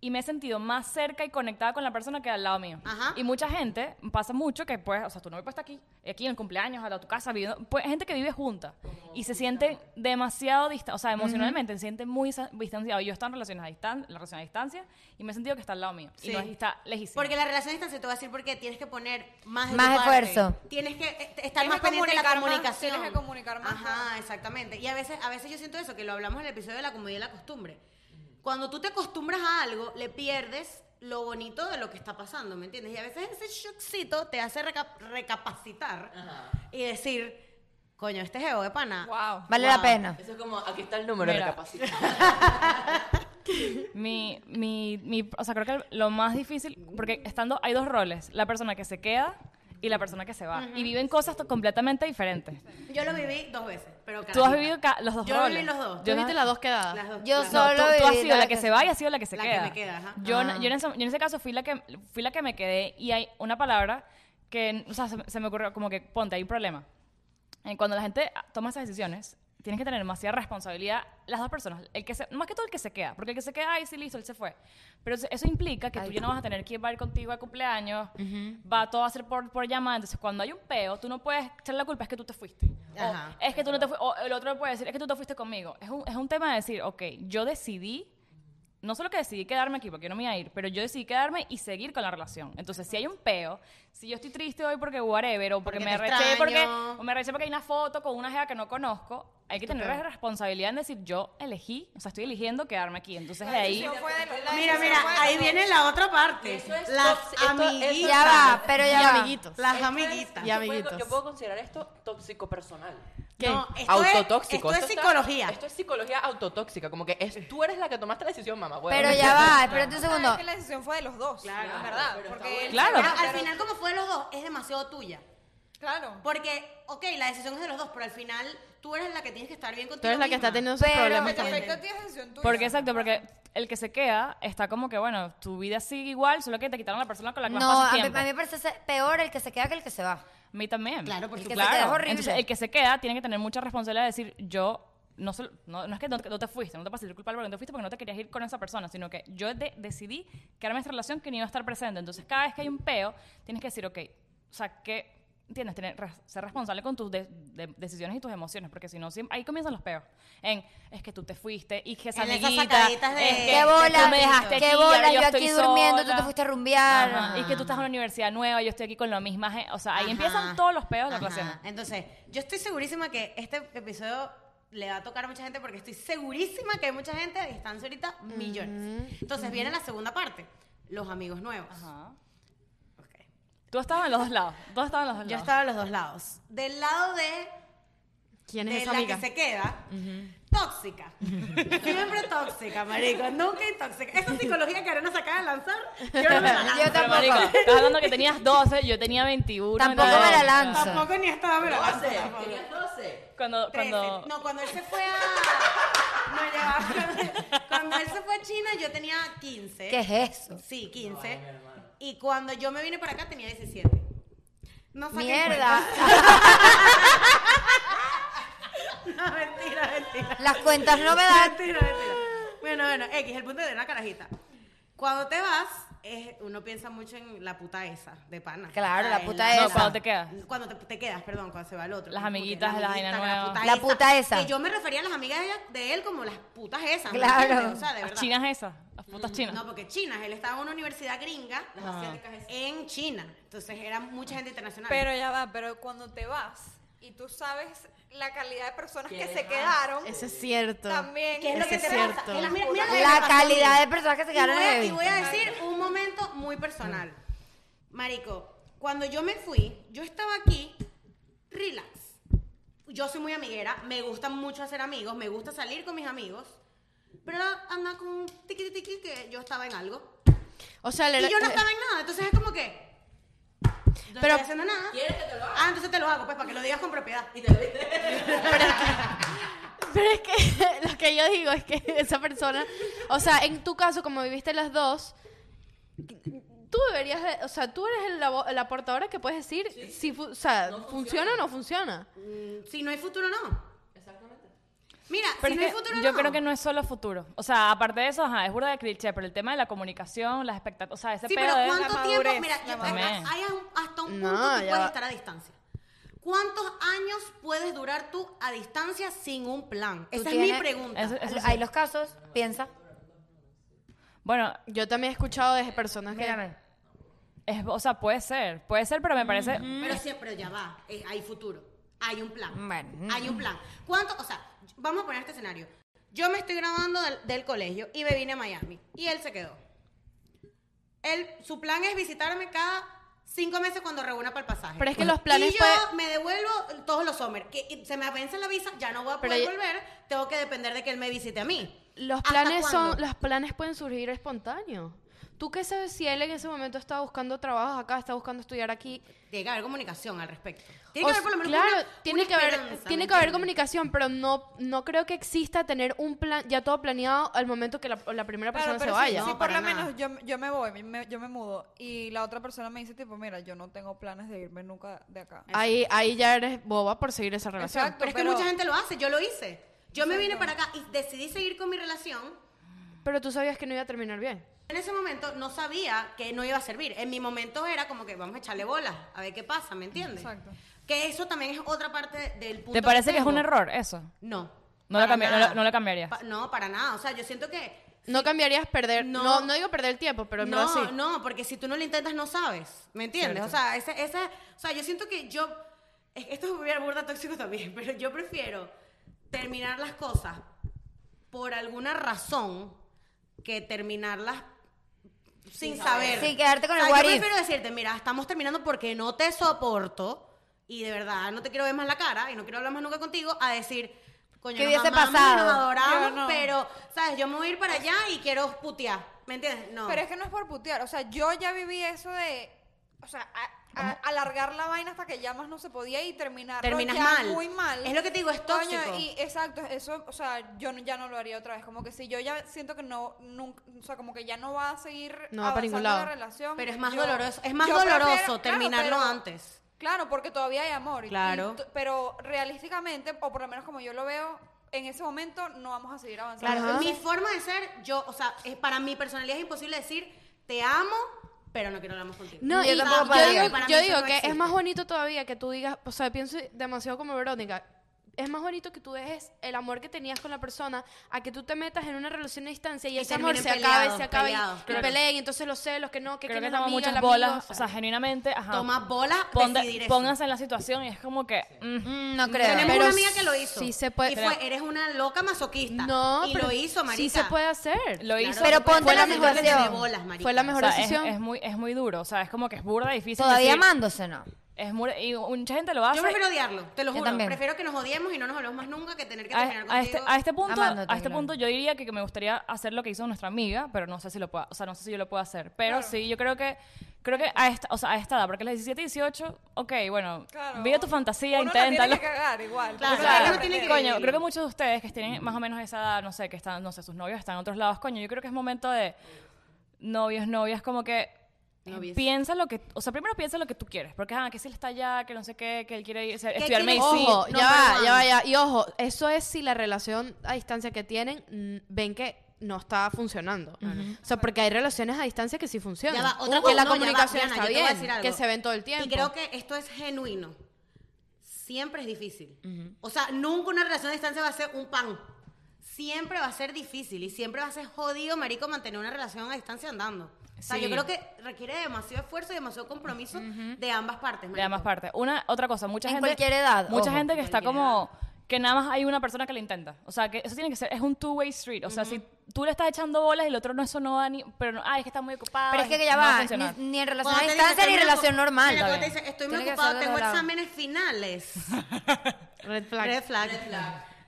y me he sentido más cerca y conectada con la persona que al lado mío.
Ajá.
Y mucha gente, pasa mucho que pues, o sea, tu novio puede estar aquí, aquí en el cumpleaños, al lado de tu casa, viviendo, pues, gente que vive junta, y se sienten demasiado distanciados, o sea, emocionalmente, se sienten muy sa- distanciados. Yo he estado en relaciones a distancia, relación a distancia, y me he sentido que está al lado mío,
Sí.
y no es- está lejísimo.
Porque la relación a distancia te va a decir porque tienes que poner más, de tu
Más
parte.
esfuerzo.
Tienes que eh, estar
Tienes
más
que
pendiente de la
comunicar más,
comunicación.
tienes que comunicar más.
Ajá, exactamente. Y a veces, a veces yo siento eso, que lo hablamos en el episodio de la comodidad y la costumbre. Cuando tú te acostumbras a algo, le pierdes lo bonito de lo que está pasando, ¿me entiendes? Y a veces ese shockcito te hace reca- recapacitar y decir, coño, este geo de pana.
Wow.
vale la
Wow.
pena.
Eso es como, "Ah, aquí está el número
Mira.
de capacidad.
Mi, mi, mi, o sea, creo que lo más difícil, porque estando, hay dos roles, la persona que se queda y la persona que se va, y viven cosas to- completamente diferentes.
Yo lo viví dos veces, pero
Tú has
carajita.
vivido ca- los dos
Yo
roles.
viví los dos.
Yo
¿Tú viste
no-
las dos quedadas?
Las dos,
Yo
las
No,
dos.
solo
tú, tú has
viví
sido
la
la que
que-
se va y has sido la que se
la que
queda.
me queda, ajá.
Yo, no-
Ah.
yo en ese, yo en ese caso fui la, que, fui la que me quedé y hay una palabra que, o sea, se, se me ocurrió como que, ponte, hay un problema. Eh, Cuando la gente ah, toma esas decisiones, tienes que tener demasiada responsabilidad las dos personas. El que se- más que todo el que se queda, porque el que se queda, ay, sí, listo, él se fue. Pero eso- eso implica que tú ya no vas a tener quién va a ir contigo a cumpleaños, va todo a ser por, por llamada. Entonces, cuando hay un peo, tú no puedes echar la culpa, es que tú te fuiste. O,
Ajá.
es que tú no te fuiste. O el otro puede decir, es que tú te fuiste conmigo. Es un, es un tema de decir, ok, yo decidí no solo que decidí quedarme aquí porque yo no me iba a ir, pero yo decidí quedarme y seguir con la relación. Entonces, si hay un peo, si yo estoy triste hoy porque whatever, o porque,
Porque
me
te
arreché porque,
extraño.
o me arreché porque hay una foto con una jeva que no conozco, hay que tener la responsabilidad en decir, yo elegí, o sea, estoy eligiendo quedarme aquí. Entonces, de ahí...
Eso fue de- la
Mira,
decisión
mira,
fue de
ahí
los
viene
dos.
la otra parte. las amiguitas.
Ya va, pero ya
Y
va.
amiguitos.
Las
Esto es-
amiguitas.
Y
yo
amiguitos.
puedo- Yo puedo considerar esto tóxico personal.
¿Qué?
No, esto
autotóxico.
Es, esto es
está-
psicología.
esto es psicología autotóxica. Como que es, tú eres la que tomaste la decisión, mamá. huevo.
Pero ya va, espérate un
O sea,
segundo.
es que la decisión fue de los dos, claro, ¿verdad? Porque él-
Claro.
Ah, al final, como fue de los dos, es demasiado tuya.
claro.
Porque, ok, la decisión es de los dos, pero al final tú eres la que tienes que estar bien contigo.
Tú eres la que
misma.
está teniendo sus
Pero-
problemas.
Porque te
también.
afecta a ti es decisión tuya.
Porque exacto, porque el que se queda está como que, bueno, tu vida sigue igual, solo que te quitaron la persona con la que más
No,
pasas
a mí,
tiempo.
a mí me parece ser peor el que se queda que el que se va.
A mí también.
Claro, por
El que
supuesto.
se queda es horrible. Eh,
Entonces, el que se queda tiene que tener mucha responsabilidad de decir, yo, no, solo- no, no es que no, no te fuiste, no te pases culpable porque no te fuiste porque no te querías ir con esa persona, sino que yo de- decidí quedarme en esta relación que ni iba a estar presente. Entonces, cada vez que hay un peo, tienes que decir, ok, o sea, que tienes que ser responsable con tus de- de- decisiones y tus emociones, porque si no, siem- ahí comienzan los peos. En, es que tú te fuiste y que esa
En esas
amiguita,
sacaditas de-
es que
¿Qué bola?
tú me dejaste
¿Qué
aquí,
bola?
ahora
Yo
yo
aquí
estoy
durmiendo, tú
sola.
te fuiste a rumbear.
Ajá. Y que tú estás en una universidad nueva, yo estoy aquí con la misma gente. O sea, ahí
Ajá.
empiezan todos los peos de la
Ajá.
relación.
Entonces, yo estoy segurísima que este episodio le va a tocar a mucha gente porque estoy segurísima que hay mucha gente a distancia ahorita, millones. Entonces, viene la segunda parte, los amigos nuevos.
Ajá.
Ok.
Tú estabas en los dos lados. Tú estabas en los dos
Yo
lados.
estaba a los dos lados. Del lado de,
¿Quién
de
es esa
la
amiga?
que se queda, Tóxica. Siempre tóxica, marico. Nunca intoxica. Esa psicología que Arena se acaba de lanzar, yo no me la lanzo.
Yo
Pero,
tampoco.
marico, estás hablando que tenías 12, yo tenía 21.
Tampoco
entonces-
me la lanzo.
Tampoco ni estaba, me la lanzo. tampoco.
Tenías 12.
Cuando, cuando...
Trece. No, cuando él se fue a. No, ya va. Cuando- Cuando él se fue a China, yo tenía 15.
¿Qué es eso?
Sí, 15. y cuando yo me vine para acá tenía 17. No saquen
Mierda.
cuentas. No, mentira, mentira.
Las cuentas no me dan.
Mentira, mentira. Bueno, bueno, X, el punto de una carajita. Cuando te vas, es- uno piensa mucho en la puta esa, de pana.
Claro,
O sea,
la
en
puta
No,
esa.
cuando te quedas.
Cuando te, te quedas, perdón, cuando se va el otro.
Las
Como que
amiguitas, la vaina
amiguitas,
nueva.
La puta esa.
Que yo me refería a las amigas de, ella- de él como las putas esas. ¿me
Claro.
entiendes? O sea, de
Las
verdad. Mm,
chinas esas, las putas chinas.
No, porque chinas. Él estaba en una universidad gringa
Ajá.
en China. Entonces era mucha gente internacional.
Pero ya va, pero cuando te vas y tú sabes la calidad de personas que
¿Qué?
se quedaron,
Eso es cierto.
también.
¿Qué es lo
Eso
que
es
te
cierto.
pasa? Es la- mira- mira lo que me
La
pasó a mí.
calidad de personas que se
Y voy,
quedaron
a, y
heavy.
voy a decir un momento muy personal. Marico, cuando yo me fui, yo estaba aquí, relax. Yo soy muy amiguera, me gusta mucho hacer amigos, me gusta salir con mis amigos. Pero anda con un tiqui tiqui que yo estaba en algo.
O sea, le-
Y
eh,
yo no estaba en nada, entonces es como que. No
Pero-
estoy haciendo nada.
¿Quieres que te lo haga?
Ah, entonces te lo hago, pues, para que lo digas con propiedad.
Y te lo viste.
Pero es que lo que yo digo es que esa persona, o sea, en tu caso, como viviste las dos, tú deberías, de- o sea, tú eres el- la, vo- la portadora que puedes decir si, fu- o sea, funciona o no funciona.
Si no hay futuro, no.
Exactamente.
Mira, si
Pero es
no hay
que
futuro,
yo
no.
creo que no es solo futuro. O sea, aparte de eso, ajá, es burda de cliché, pero el tema de la comunicación, las expectativas, o sea, ese
Sí,
pedo
pero
de-
¿cuánto
la
tiempo?
madurez,
Mira,
la
yo-
madurez.
hay- hay un- hasta un punto
No,
tú
ya
puedes
va.
estar a distancia. ¿Cuántos años puedes durar tú a distancia sin un plan?
Tú
Esa es mi
tienes-
pregunta.
Eso- eso sí.
Hay los casos, piensa.
Bueno,
Yo también he escuchado de personas que...
mírame. Es, o sea, puede ser, puede ser, pero me parece...
Pero
Mm.
sí, pero ya va. eh, hay futuro. Hay un plan.
mm.
Bueno.
Hay un plan. ¿Cuánto? O sea, vamos a poner este escenario. Yo me estoy grabando del, del colegio y me vine a Miami. Y él se quedó. Él, su plan es visitarme cada cinco meses cuando reúna para el pasaje.
Pero es que los planes
Y yo
puede-
me devuelvo todos los summers. Que y se me vence la visa, ya no voy a
Pero
poder
ya-
volver. Tengo que depender de que él me visite a mí.
Los
¿Hasta
planes son,
cuándo?
los planes pueden surgir espontáneos. ¿Tú qué sabes si él en ese momento está buscando trabajos acá, está buscando estudiar aquí?
Tiene que haber comunicación al respecto. Tiene
O
que haber
s-
por lo menos
claro,
una- una
tiene que haber,
esperanza,
tiene
¿me
que haber
entiendes?
comunicación, pero no, no creo que exista tener un plan ya todo planeado al momento que la, la primera persona
Claro, pero
se
si-
vaya.
si
No,
por
para
lo
nada.
menos yo, yo me voy, me- yo me mudo y la otra persona me dice tipo, mira, yo no tengo planes de irme nunca de acá.
ahí, ahí ya eres boba por seguir esa relación.
Exacto.
Pero es que
pero-
mucha gente lo hace, yo lo hice. Yo me vine para acá y decidí seguir con mi relación.
Pero tú sabías que no iba a terminar bien.
En ese momento no sabía que no iba a servir. En mi momento era como que vamos a echarle bolas, a ver qué pasa, ¿me entiendes?
Exacto.
Que eso también es otra parte del punto.
¿Te parece que es un
tengo.
error eso?
No.
No lo
para
cambi- no lo-
nada.
no lo cambiarías.
Pa- no, para nada. O sea, yo siento que
No cambiarías perder,
No.
no, no, digo perder el tiempo, pero en
no,
verdad sí.
no, porque si tú no lo intentas no sabes, ¿me entiendes? O sea, esa, esa, o sea, yo siento que yo, es que esto es muy burda tóxico también, pero yo prefiero terminar las cosas por alguna razón que terminarlas sin saber.
Sí, quedarte con
O sea,
el what
Yo
if.
prefiero decirte, mira, estamos terminando porque no te soporto y de verdad no te quiero ver más la cara y no quiero hablar más nunca contigo a decir, coño,
¿Qué
nos
hubiese
amamos y
pasado?
nos adoramos,
Yo no.
pero, ¿sabes? Yo me voy a ir para allá y quiero putear, ¿me entiendes? No.
Pero es que no es por putear, o sea, yo ya viví eso de, o sea, a- a- alargar la vaina hasta que ya más no se podía y terminar
terminas
ya
mal.
muy mal.
Es lo que te digo, es
Coño,
tóxico.
y exacto, eso, o sea, yo no- ya no lo haría otra vez, como que si yo ya siento que no nunca, o sea, como que ya no va a seguir
No va para ningún
avanzando la
lado.
relación.
Pero es más
yo-
doloroso, es más
yo prefiero-
doloroso
claro,
terminarlo
pero-
antes.
Claro, porque todavía hay amor. y-
Claro.
y t- pero realísticamente, o por lo menos como yo lo veo, en ese momento no vamos a seguir avanzando.
Claro,
Ajá.
mi forma de ser, yo, o sea, es- para mi personalidad es imposible decir te amo, pero no quiero hablar más contigo.
No,
Yo
y
tampoco
yo
podría.
digo,
para mí
yo
eso
digo
no
que
existe.
es más bonito todavía que tú digas, o sea, pienso demasiado como Verónica. Es más bonito que tú dejes el amor que tenías con la persona a que tú te metas en una relación a distancia y,
Y
ese amor se
terminen
acabe,
peleados,
se acabe y-
peleados,
y
claro.
peleen, y entonces los celos, que no, que
Creo
quién
que
es la
toman
amiga, el
muchas
amigo,
bolas,
o sea.
genuinamente, ajá.
Toma bolas,
Ponte-
decidir eso.
pónganse en la situación y es como que... mm,
Mm, No
Tenemos
creo.
Pero
una amiga que lo hizo.
sí se puede-
y fue, eres una loca masoquista.
No,
y
pero
lo hizo, marica.
Sí se puede hacer.
lo hizo...
Pero
Fue
ponte
la
la
mejor
mejor de
situación.
bolas, marica.
Fue la
o
mejor
sea, es,
decisión.
es muy, es muy duro, o sea, es como que es burda, difícil
Todavía
decir-
amándose, ¿no?
Es muy- y mucha gente lo hace.
Yo prefiero odiarlo, te lo
Yo
juro.
también.
Prefiero que nos odiemos y no nos hablemos más nunca que tener que
a,
terminar
a este,
contigo.
a este punto,
amándote,
a este
claro.
punto yo diría que, que me gustaría hacer lo que hizo nuestra amiga, pero no sé si lo pueda, o sea, no sé si yo lo puedo hacer, pero sí, yo creo que creo que a esta, o sea, a esta edad, porque a las 17, 18, ok, bueno,
Claro.
vive tu fantasía,
Uno la tiene
inténtalo.
que cagar igual.
Claro,
Uno
o sea,
la
uno tiene que
aprender.
Coño, creo que muchos de ustedes que tienen más o menos esa edad, no sé, que están, no sé, sus novios están en otros lados, coño, yo creo que es momento de novios, novias, como que
Novies.
piensa lo que, o sea, primero piensa lo que tú quieres, porque ah, que si él está allá, que no sé qué, que él quiere ir, o sea, estudiar
quiere?
medicina.
sí,
Ojo,
number
ya va,
one.
ya va, ya. Y ojo, eso es si la relación a distancia que tienen mm, ven que no está funcionando. O sea, porque hay relaciones a distancia que sí funcionan.
Ya va, otra
que
cosa,
la
no, ya va,
comunicación
Diana, yo te voy a
está
decir
bien,
algo.
que se ven todo el tiempo.
Y creo que esto es genuino. Siempre es difícil. O sea, nunca una relación a distancia va a ser un pan. Siempre va a ser difícil y siempre va a ser jodido, marico, mantener una relación a distancia andando. O sea,
Sí.
yo creo que requiere demasiado esfuerzo y demasiado compromiso de ambas partes.
De
marico.
ambas partes. Una, otra cosa, mucha
En
gente.
cualquier edad,
Mucha
ojo,
gente que está
cualquier
como. Que nada más hay una persona que lo intenta. O sea, que eso tiene que ser. Es un two-way street. O sea, si tú le estás echando bolas y el otro no, eso no da ni. Pero no, ah, es que está muy ocupado.
Pero es que
no
ya
a
va,
funcionar.
ni, ni en relación
Cuando
a
te
distancia
dicen,
ni
"Estoy muy
relación
ocu-
normal.
Mira, cuando te
También.
dicen, estoy muy
Tiene que
ocupado,
hacerlo de
tengo
los lados.
exámenes finales.
Red flag.
Red flag.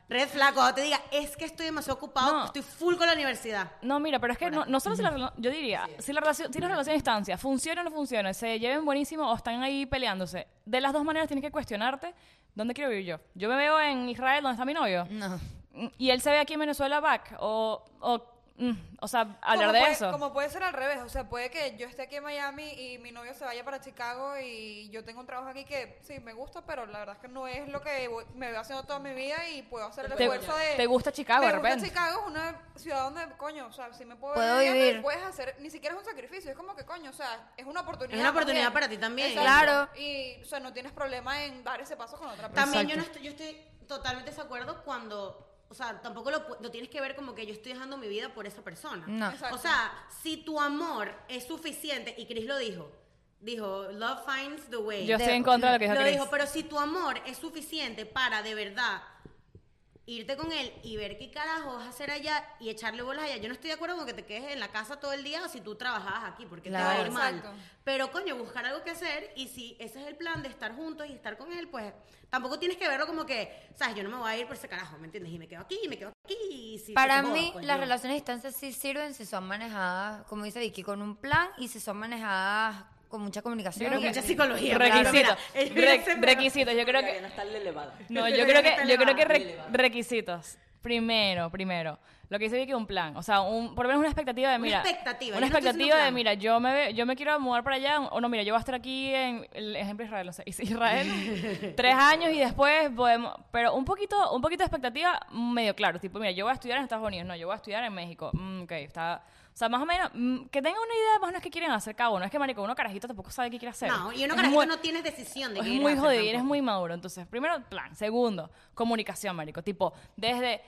Red flag. Cuando te diga, es que estoy demasiado ocupado,
No.
estoy full con la universidad.
No, mira, pero es que no, no solo si la rela- yo diría, si la relación, si la relación a distancia funciona o no funciona, se lleven buenísimo o están ahí peleándose, de las dos maneras tienes que cuestionarte dónde quiero vivir yo. Yo me veo en Israel donde está mi novio
No.
y él se ve aquí en Venezuela back o, o, mm, o sea, hablar
Como
de
puede-
eso.
Como puede ser al revés, o sea, puede que yo esté aquí en Miami y mi novio se vaya para Chicago y yo tengo un trabajo aquí que sí me gusta, pero la verdad es que no es lo que voy- me veo haciendo toda mi vida y puedo hacer el
Te-
esfuerzo de.
te gusta Chicago,
me
de
gusta
repente.
Chicago es una ciudad donde, coño, o sea, si me puedo,
Puedo
viviendo,
vivir.
Puedes hacer, ni siquiera es un sacrificio, es como que, coño, o sea, es una oportunidad.
Es una oportunidad para ti también.
Claro.
Y, o sea, no tienes problema en dar ese paso con otra persona.
También yo, no estoy, yo estoy totalmente de acuerdo cuando, o sea, tampoco lo, pu- lo tienes que ver como que yo estoy dejando mi vida por esa persona.
No.
Exacto.
O sea, si tu amor es suficiente, y Chris lo dijo, dijo, love finds the way.
Yo estoy
de-
en contra de lo que dijo
lo
Chris.
dijo, pero si tu amor es suficiente para de verdad irte con él y ver qué carajo vas a hacer allá y echarle bolas allá. Yo no estoy de acuerdo con que te quedes en la casa todo el día o si tú trabajabas aquí, porque te va a
Claro.
ir mal.
Exacto.
Pero coño, buscar algo que hacer y si ese es el plan de estar juntos y estar con él, pues tampoco tienes que verlo como que, sabes, yo no me voy a ir por ese carajo, ¿me entiendes? Y me quedo aquí, y me quedo aquí. Y si
Para
se incomoda,
mí,
pues,
las
no.
relaciones a distancia sí sirven si son manejadas, como dice Vicky, con un plan y si son manejadas con mucha comunicación.
creo
y-
que- Mucha psicología,
Requisitos.
claro, mira, ella
Re-
se-
requisitos. Yo creo que
Mariana está elevada.
No,
Yo
yo
creo
creo
que
que,
está
yo creo que
elevada,
re- requisitos. Primero, primero. Lo que dice Vicky, un plan. O sea, un, por lo menos una expectativa de, mira.
expectativa,
Una
yo no estoy haciendo
expectativa de,
un plan.
mira, yo me, ve- yo me quiero mudar para allá. O no, mira, yo voy a estar aquí en, el ejemplo Israel, o sea, hice Israel, tres años y después podemos... Pero un poquito, un poquito de expectativa medio claro. Tipo, mira, yo voy a estudiar en Estados Unidos. No, yo voy a estudiar en México. Mm, ok, está... O sea, más o menos, mm, que tenga una idea de más o menos qué quieren hacer cada uno. Es que, marico, uno carajito tampoco sabe qué quiere hacer.
No, y uno
Es
carajito
muy-
no tienes decisión de qué
es
ir a
muy
hacer
jodido, eres
tampoco.
muy maduro. Entonces, primero, plan. Segundo, comunicación, marico. Tipo, desde...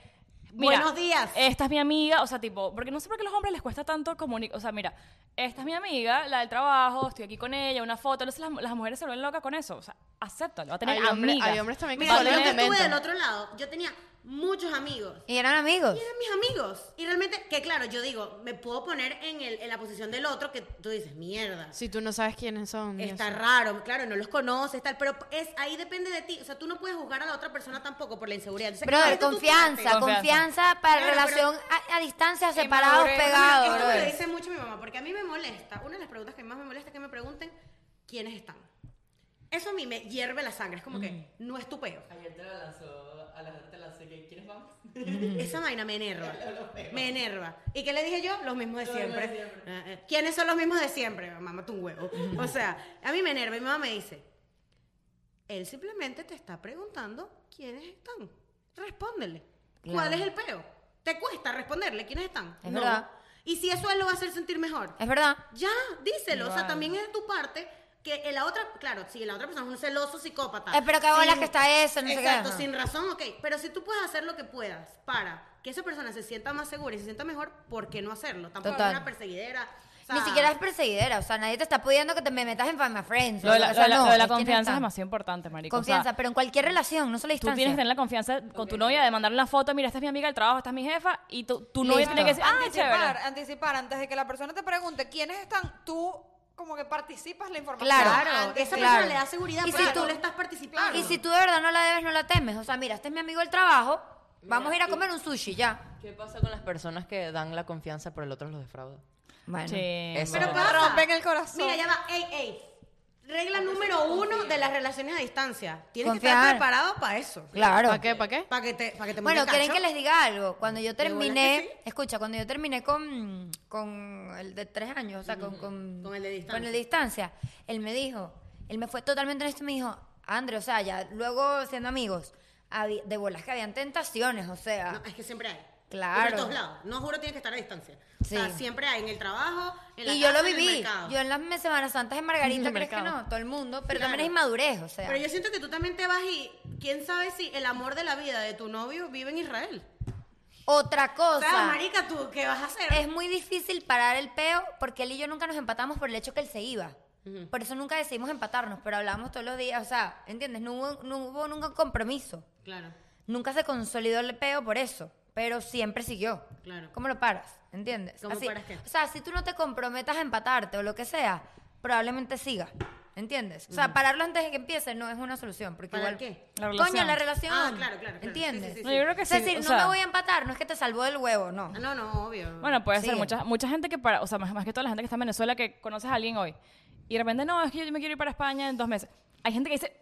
Buenos días.
Esta es mi amiga, o sea, tipo, porque no sé por qué a los hombres les cuesta tanto comunicar. O sea, mira, esta es mi amiga, la del trabajo, estoy aquí con ella, una foto. Entonces, las, las mujeres se vuelven locas con eso. O sea, acéptalo, va a tener
Hay hombre-
amigas.
hay hombres también que
Va a
Mira, yo
Vale,
tener-
que estuve del
elemento.
otro lado, yo tenía muchos amigos.
Y eran amigos.
Y eran mis amigos. Y realmente, que claro, yo digo, me puedo poner en, el- en la posición del otro que tú dices, mierda.
Si tú no sabes quiénes son. y
Está
eso.
raro, claro, no los conoces, tal, pero es ahí depende de ti. O sea, tú no puedes juzgar a la otra persona tampoco por la inseguridad. Entonces,
Brother,
¿qué tú
confianza,
trates?
Confianza.
confianza para
Claro,
relación a, a distancia,
Que
separados,
madurez.
pegados,
Esto me lo
brother.
dice mucho mi mamá, porque a mí me molesta. Una de las preguntas que más me molesta es que me pregunten quiénes están. Eso a mí me hierve la sangre, es como que no es tu peo.
Mm. Ayer te la lanzó, a la gente te lanzó que ¿quieres vamos?
Esa vaina me enerva. Me enerva. ¿Y qué le dije yo? Los mismos de siempre. Eh, eh, ¿Quiénes son los mismos de siempre? Mamá, tú un huevo. O sea, a mí me enerva. Mi mamá me dice, él simplemente te está preguntando quiénes están. Respóndele. ¿Cuál es el peo? ¿Te cuesta responderle quiénes están?
Es verdad.
Y si eso a él lo va a hacer sentir mejor.
Es verdad.
Ya, díselo. O sea, también es de tu parte que en la otra, claro, si la otra persona es un celoso psicópata.
Eh, pero qué bolas que está eso, no sé qué,
Exacto,
ajá.
sin razón, ok. Pero si tú puedes hacer lo que puedas para que esa persona se sienta más segura y se sienta mejor, ¿por qué no hacerlo? Tampoco
Total.
es una perseguidera. o sea,
Ni siquiera es perseguidera, o sea, nadie te está pidiendo que te me metas en Family Friends.
Lo de
o
la, lo
sea,
de la-
no,
lo de la
es quienes
confianza es
están.
demasiado importante, marico. O sea,
Confianza, pero en cualquier relación, no solo a
Tú
distancia.
tienes que tener la confianza con tu novia de mandarle una foto, mira, esta es mi amiga del trabajo, esta es mi jefa, y tu, tu novia
Listo.
tiene que decir, ah,
anticipar,
chévere.
anticipar, antes de que la persona te pregunte quiénes están, tú como que participas la información.
Claro,
antes,
Esa
sí.
claro.
persona le da seguridad
Y
porque
si tú-
tú le estás participando.
Y si tú de verdad no la debes, no la temes. O sea, mira, este es mi amigo del trabajo, vamos a ir a comer un sushi, ya.
¿Qué pasa con las personas que dan la confianza pero el otro los defrauda?
Bueno.
Che,
Eso.
Pero
Me
pasa.
rompen el corazón.
Mira, ya va. Ey, ey. Regla número uno de las relaciones a distancia. Tienes que
Confiar.
estar preparado para eso.
Claro.
¿Para qué? ¿Para qué?
Para que te, para que te
Bueno,
monte
quieren
cacho.
que les diga algo. Cuando
De
yo
bola que
terminé,
sí.
escucha, cuando yo terminé con, con el de tres años, o sea, con, con,
Mm, Con el de distancia.
con el de distancia, él me dijo, él me fue totalmente honesto y me dijo, André, o sea, ya luego siendo amigos, habi- de bolas que habían tentaciones, o sea,
No, es que siempre hay.
Ah. Claro.
Pero en todos lados. No juro, tienes que estar a distancia. O sea,
Sí.
siempre hay en el trabajo, en la
y yo
casa,
lo
en el
viví.
mercado.
Yo en las mes- Semanas Santas en Margarita,
En el
crees que
mercado.
no, todo el mundo, pero
Claro.
también es inmadurez, o sea.
Pero yo siento que tú también te vas y quién sabe si el amor de la vida de tu novio vive en Israel.
Otra
O sea,
cosa.
marica, tú, ¿qué vas a hacer?
Es muy difícil parar el peo porque él y yo nunca nos empatamos por el hecho que él se iba. Por eso nunca decidimos empatarnos, pero hablábamos todos los días, o sea, ¿entiendes? No hubo, no hubo nunca un compromiso.
Claro.
Nunca se consolidó el peo por eso, pero siempre siguió.
Claro.
¿Cómo lo paras? ¿Entiendes?
¿Cómo
Así-
paras qué?
O sea, si tú no te comprometas a empatarte o lo que sea, probablemente siga. ¿Entiendes? O sea, pararlo antes de que empiece no es una solución. Porque
¿Para
igual...
qué?
La
Coño,
relación.
la relación.
Ah, claro, claro, claro. Sí,
¿Entiendes?
sí, sí,
No, yo creo que
Es
sí.
decir,
o
no
sea,
me voy a empatar, no es que te salvó del huevo, no.
Ah, No, no, obvio.
Bueno, puede ser
Sigue.
mucha, mucha gente que para, o sea, más, más que toda la gente que está en Venezuela que conoces a alguien hoy y de repente no, es que yo me quiero ir para España en dos meses. Hay gente que dice,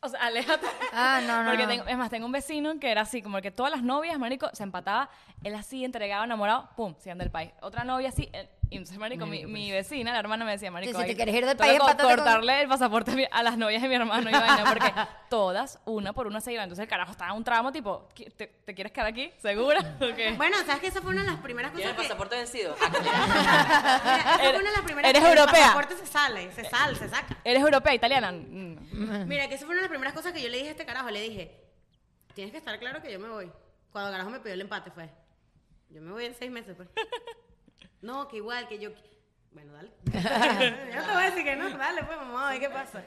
o sea, aléjate.
Ah, no, no,
Porque
no.
tengo- es más, tengo un vecino que era así, como que todas las novias, marico, se empataba, él así, entregado, enamorado, pum, se iban del país. Otra novia así, eh, y entonces, marico, mi, mi vecina, la hermana me decía, marico,
si te
ahí
quieres ir del
toca
país,
co-
empátate con-
cortarle el pasaporte a, mi- a las novias de mi hermano y vaina, porque todas, una por una se iban. Entonces el carajo estaba en un tramo tipo, ¿qui- ¿te, te quieres quedar aquí? ¿Segura? ¿O qué?
Bueno, sabes que esa fue una de las primeras
¿Tienes
cosas que
el pasaporte vencido?
Mira, esa fue
Eres-
una de las primeras
eres
que el
europea.
pasaporte se sale, se sale, se saca.
¿Eres europea, italiana? Mm.
Mira, que esa fue una de las primeras cosas que yo le dije a este carajo. Le dije, tienes que estar claro que yo me voy. Cuando el carajo me pidió el empate fue, yo me voy en seis meses, pues. No, que igual, que yo... qui- Bueno, dale. yo te voy a decir que no, dale, pues, mamá, a ver qué pasa.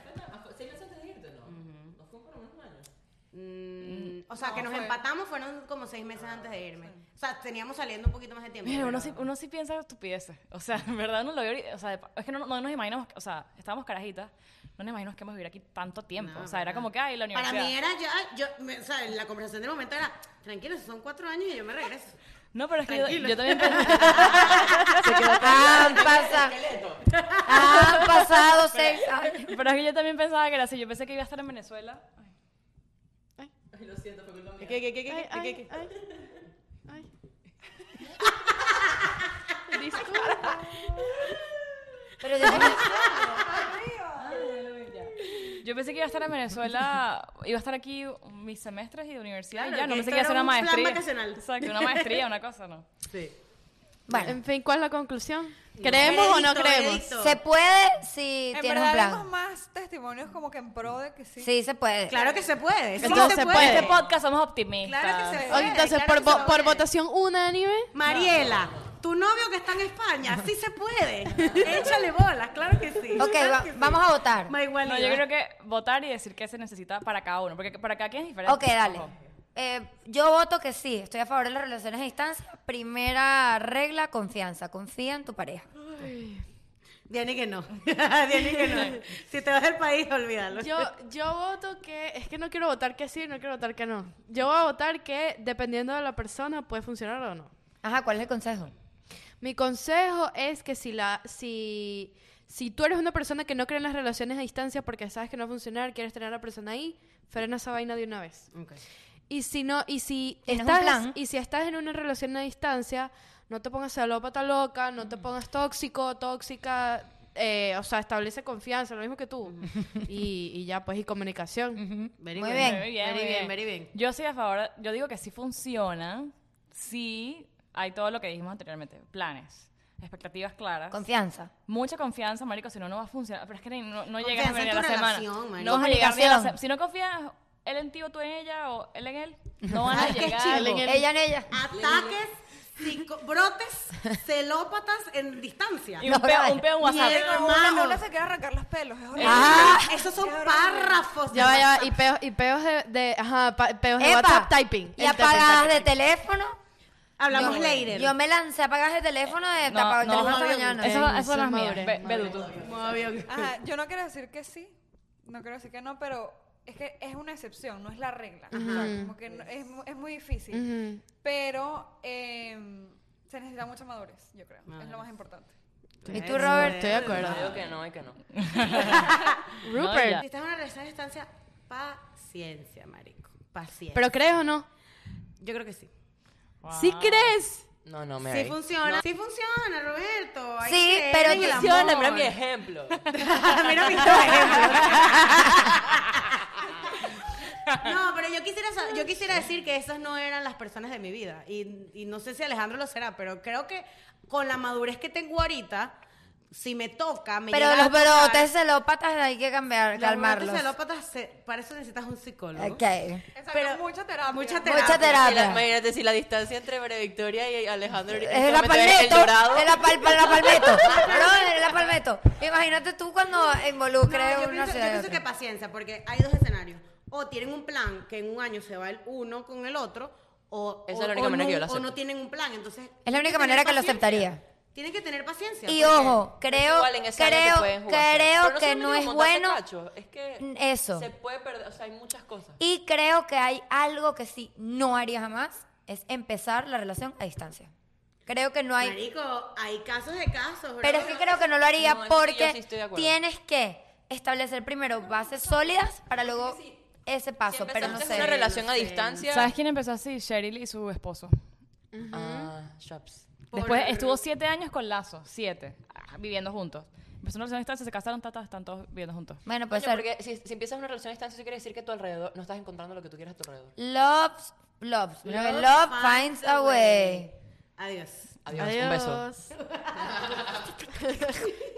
Mm, o sea, que nos empatamos fueron como seis meses antes de irme. O sea, teníamos saliendo un poquito más de tiempo.
Mira, uno
pero-
sí, uno sí piensa estupideces. O sea, en verdad uno lo ve ahorita- O sea, de- es que no, no nos imaginamos. O sea, estábamos carajitas. No nos imaginamos que íbamos a vivir aquí tanto tiempo.
No,
o sea, era
¿verdad?
como que, ay, la universidad.
Para mí era ya, yo, me- o sea, la conversación del momento era, tranquilo, son cuatro años y yo me regreso.
No, pero es que yo,
Tranquilo.
yo también pensé.
Han pasado, han pasado seis años.
pero es que yo también pensaba que era así. Yo pensé que iba a estar en Venezuela. Ay.
Ay, ay, ay. Ay. Disculpa.
Pero yo tengo-
Yo pensé que iba a estar en Venezuela. Iba a estar aquí mis semestres y de universidad.
Claro,
y ya, no
que
pensé
esto
que iba a hacer
era
una
un plan
maestría.
vacacional.
Exacto, una maestría, una cosa, ¿no?
Sí.
bueno,
En fin, ¿cuál es la conclusión? ¿Creemos o no
Veredicto,
creemos?
veredicto.
Em, se puede si
En
tienes
verdad
un
vemos
plan.
más testimonios como que en pro de que sí.
Sí, se puede.
Claro que se puede. sí
Entonces
se
se
En
puede.
este podcast somos optimistas.
Claro que se
Ok,
puede.
Entonces,
claro
por,
que
vo-
se
por
puede.
votación unánime.
Mariela, tu novio que está en España, sí se puede. Échale bolas, claro que sí.
Ok,
claro
va-
que sí.
vamos a votar.
Ma igualdad.
No, yo creo que votar y decir qué se necesita para cada uno. Porque para cada quien es diferente.
Ok, dale.
Ojo.
Eh, yo voto que sí, estoy a favor de las relaciones a distancia. Primera regla, confianza. Confía en tu pareja.
Diani que no. Diani que no. Si te vas del país, olvídalo.
Yo, yo voto que. Es que no quiero votar que sí, no quiero votar que no. Yo voy a votar que dependiendo de la persona puede funcionar o no.
Ajá, ¿cuál es el consejo?
Mi consejo es que si la si si tú eres una persona que no cree en las relaciones a distancia porque sabes que no va a funcionar, quieres tener a la persona ahí, frena esa vaina de una vez. Y si no y si
Tienes un
estás
plan.
y si estás en una relación a distancia, no te pongas celópata loca, no te
Mm.
pongas tóxico, tóxica, eh, o sea, establece confianza, lo mismo que tú. y, y ya pues y comunicación.
Very
Muy
good.
bien.
Muy bien,
Very bien,
muy bien.
very bien.
Yo soy a favor, yo digo que sí funciona, sí hay todo lo que dijimos anteriormente, planes, expectativas claras.
Confianza.
mucha confianza, marico, si no, no va a funcionar. Pero es que ni- no, no llegas
Confianza
a
en
venir a la
tu
semana.
relación, marico.
no vas a llegar ni a la
Comunicación.
se- Si no confías él en ti o tú en ella o él en él, no van a
¿Sabes qué es
llegar.
chimbo?
Él en él.
Ella en ella.
Ataques, psico- brotes, celópatas en distancia.
Y un
No,
peo,
vaya.
un peo en WhatsApp.
Mierda.
Una-
hermano.
Una se quiere arrancar los pelos. es horrible.
Ah, esos son párrafos. de
Ya va, ya va,
WhatsApp.
y peos, y peos de, de- ajá, pa- peos de
Epa,
WhatsApp typing.
Y
El typing,
apagadas
typing,
de teléfono.
Hablamos
yo,
later.
Yo me lancé a apagar el teléfono de tapado el teléfono esta mañana.
Ey,
Eso, eso no es
soy
mío.
madurez,
Ve, ve tú.
Ajá, yo no quiero decir que sí, no quiero decir que no, pero es que es una excepción, no es la regla. O sea, como que no- es, mu- es muy difícil.
Ujú.
Pero eh, se necesita mucha madurez, yo creo. Es lo más importante.
¿Y tú, Robert?
Estoy de acuerdo.
Yo digo que no y que no.
Rupert.
ya.
Si estás en una relación a distancia, paciencia, marico. Paciencia.
¿Pero crees o no?
yo creo que sí.
¿Sí crees?
No, no, Mary.
Sí funciona. Sí funciona, Roberto. Hay
Sí,
que creer
pero
en el
funciona,
amor.
mira mi ejemplo.
Mira mis dos ejemplos. No, pero yo quisiera, sa- yo quisiera decir que esas no eran las personas de mi vida. Y, y no sé si Alejandro lo será, pero creo que con la madurez que tengo ahorita, si me toca, me
Pero
llega a
los
tocar-
brotes celópatas hay que cambiar,
los
calmarlos.
brotes celópatas, se- para eso necesitas un psicólogo.
Ok.
Exacto,
Pero-
mucha terapia.
mucha terapia.
Mucha
Si la-
terapia.
imagínate si la distancia entre María Victoria y Alejandro ahorita en
Es la
este momento es
palmeto.
el dorado.
Es la, pal- pal- la palmeto. Brother, es la palmeto. Imagínate tú cuando
No,
involucres
yo, pienso,
una
yo
ciudad. y
pienso que
otra.
paciencia, porque hay dos escenarios. O tienen un plan que en un año se va el uno con el otro, o,
Esa
o-
es la única
o
manera que yo lo
o no
acepto.
tienen un plan. Entonces,
Es la
tienen
única
tener
manera que lo
paciencia.
aceptaría.
Tienen que tener paciencia.
Y
porque-
ojo, creo,
Igual en ese año te
creo,
pueden jugar, pero
creo que
solamente
no es
montarse
bueno.
cachos, es que
Eso.
se puede perder, o sea, hay muchas cosas.
Y creo que hay algo que sí no haría jamás, es empezar la relación a distancia. Creo que no hay...
Marico, hay casos de casos. bro.
Pero es que creo que no lo haría
No, eso sí, yo sí
porque
estoy de acuerdo.
tienes que establecer primero bases sólidas para luego ese paso. Pero no
Empezaste
sé.
una relación a
no sé.
distancia.
¿Sabes quién empezó así? Cheryl y su esposo.
Ah, Shops.
Por-
Después estuvo siete años con Lazo, siete, ah, viviendo juntos. Empezó una relación a distancia, se casaron, tatas, están todos viviendo juntos.
Bueno,
Coño,
pues ser
porque si, si empiezas una relación a distancia, eso quiere decir que a tu alrededor no estás encontrando lo que tú quieres a tu alrededor.
Love, love, love, love finds a way.
Adiós.
Adiós, un beso.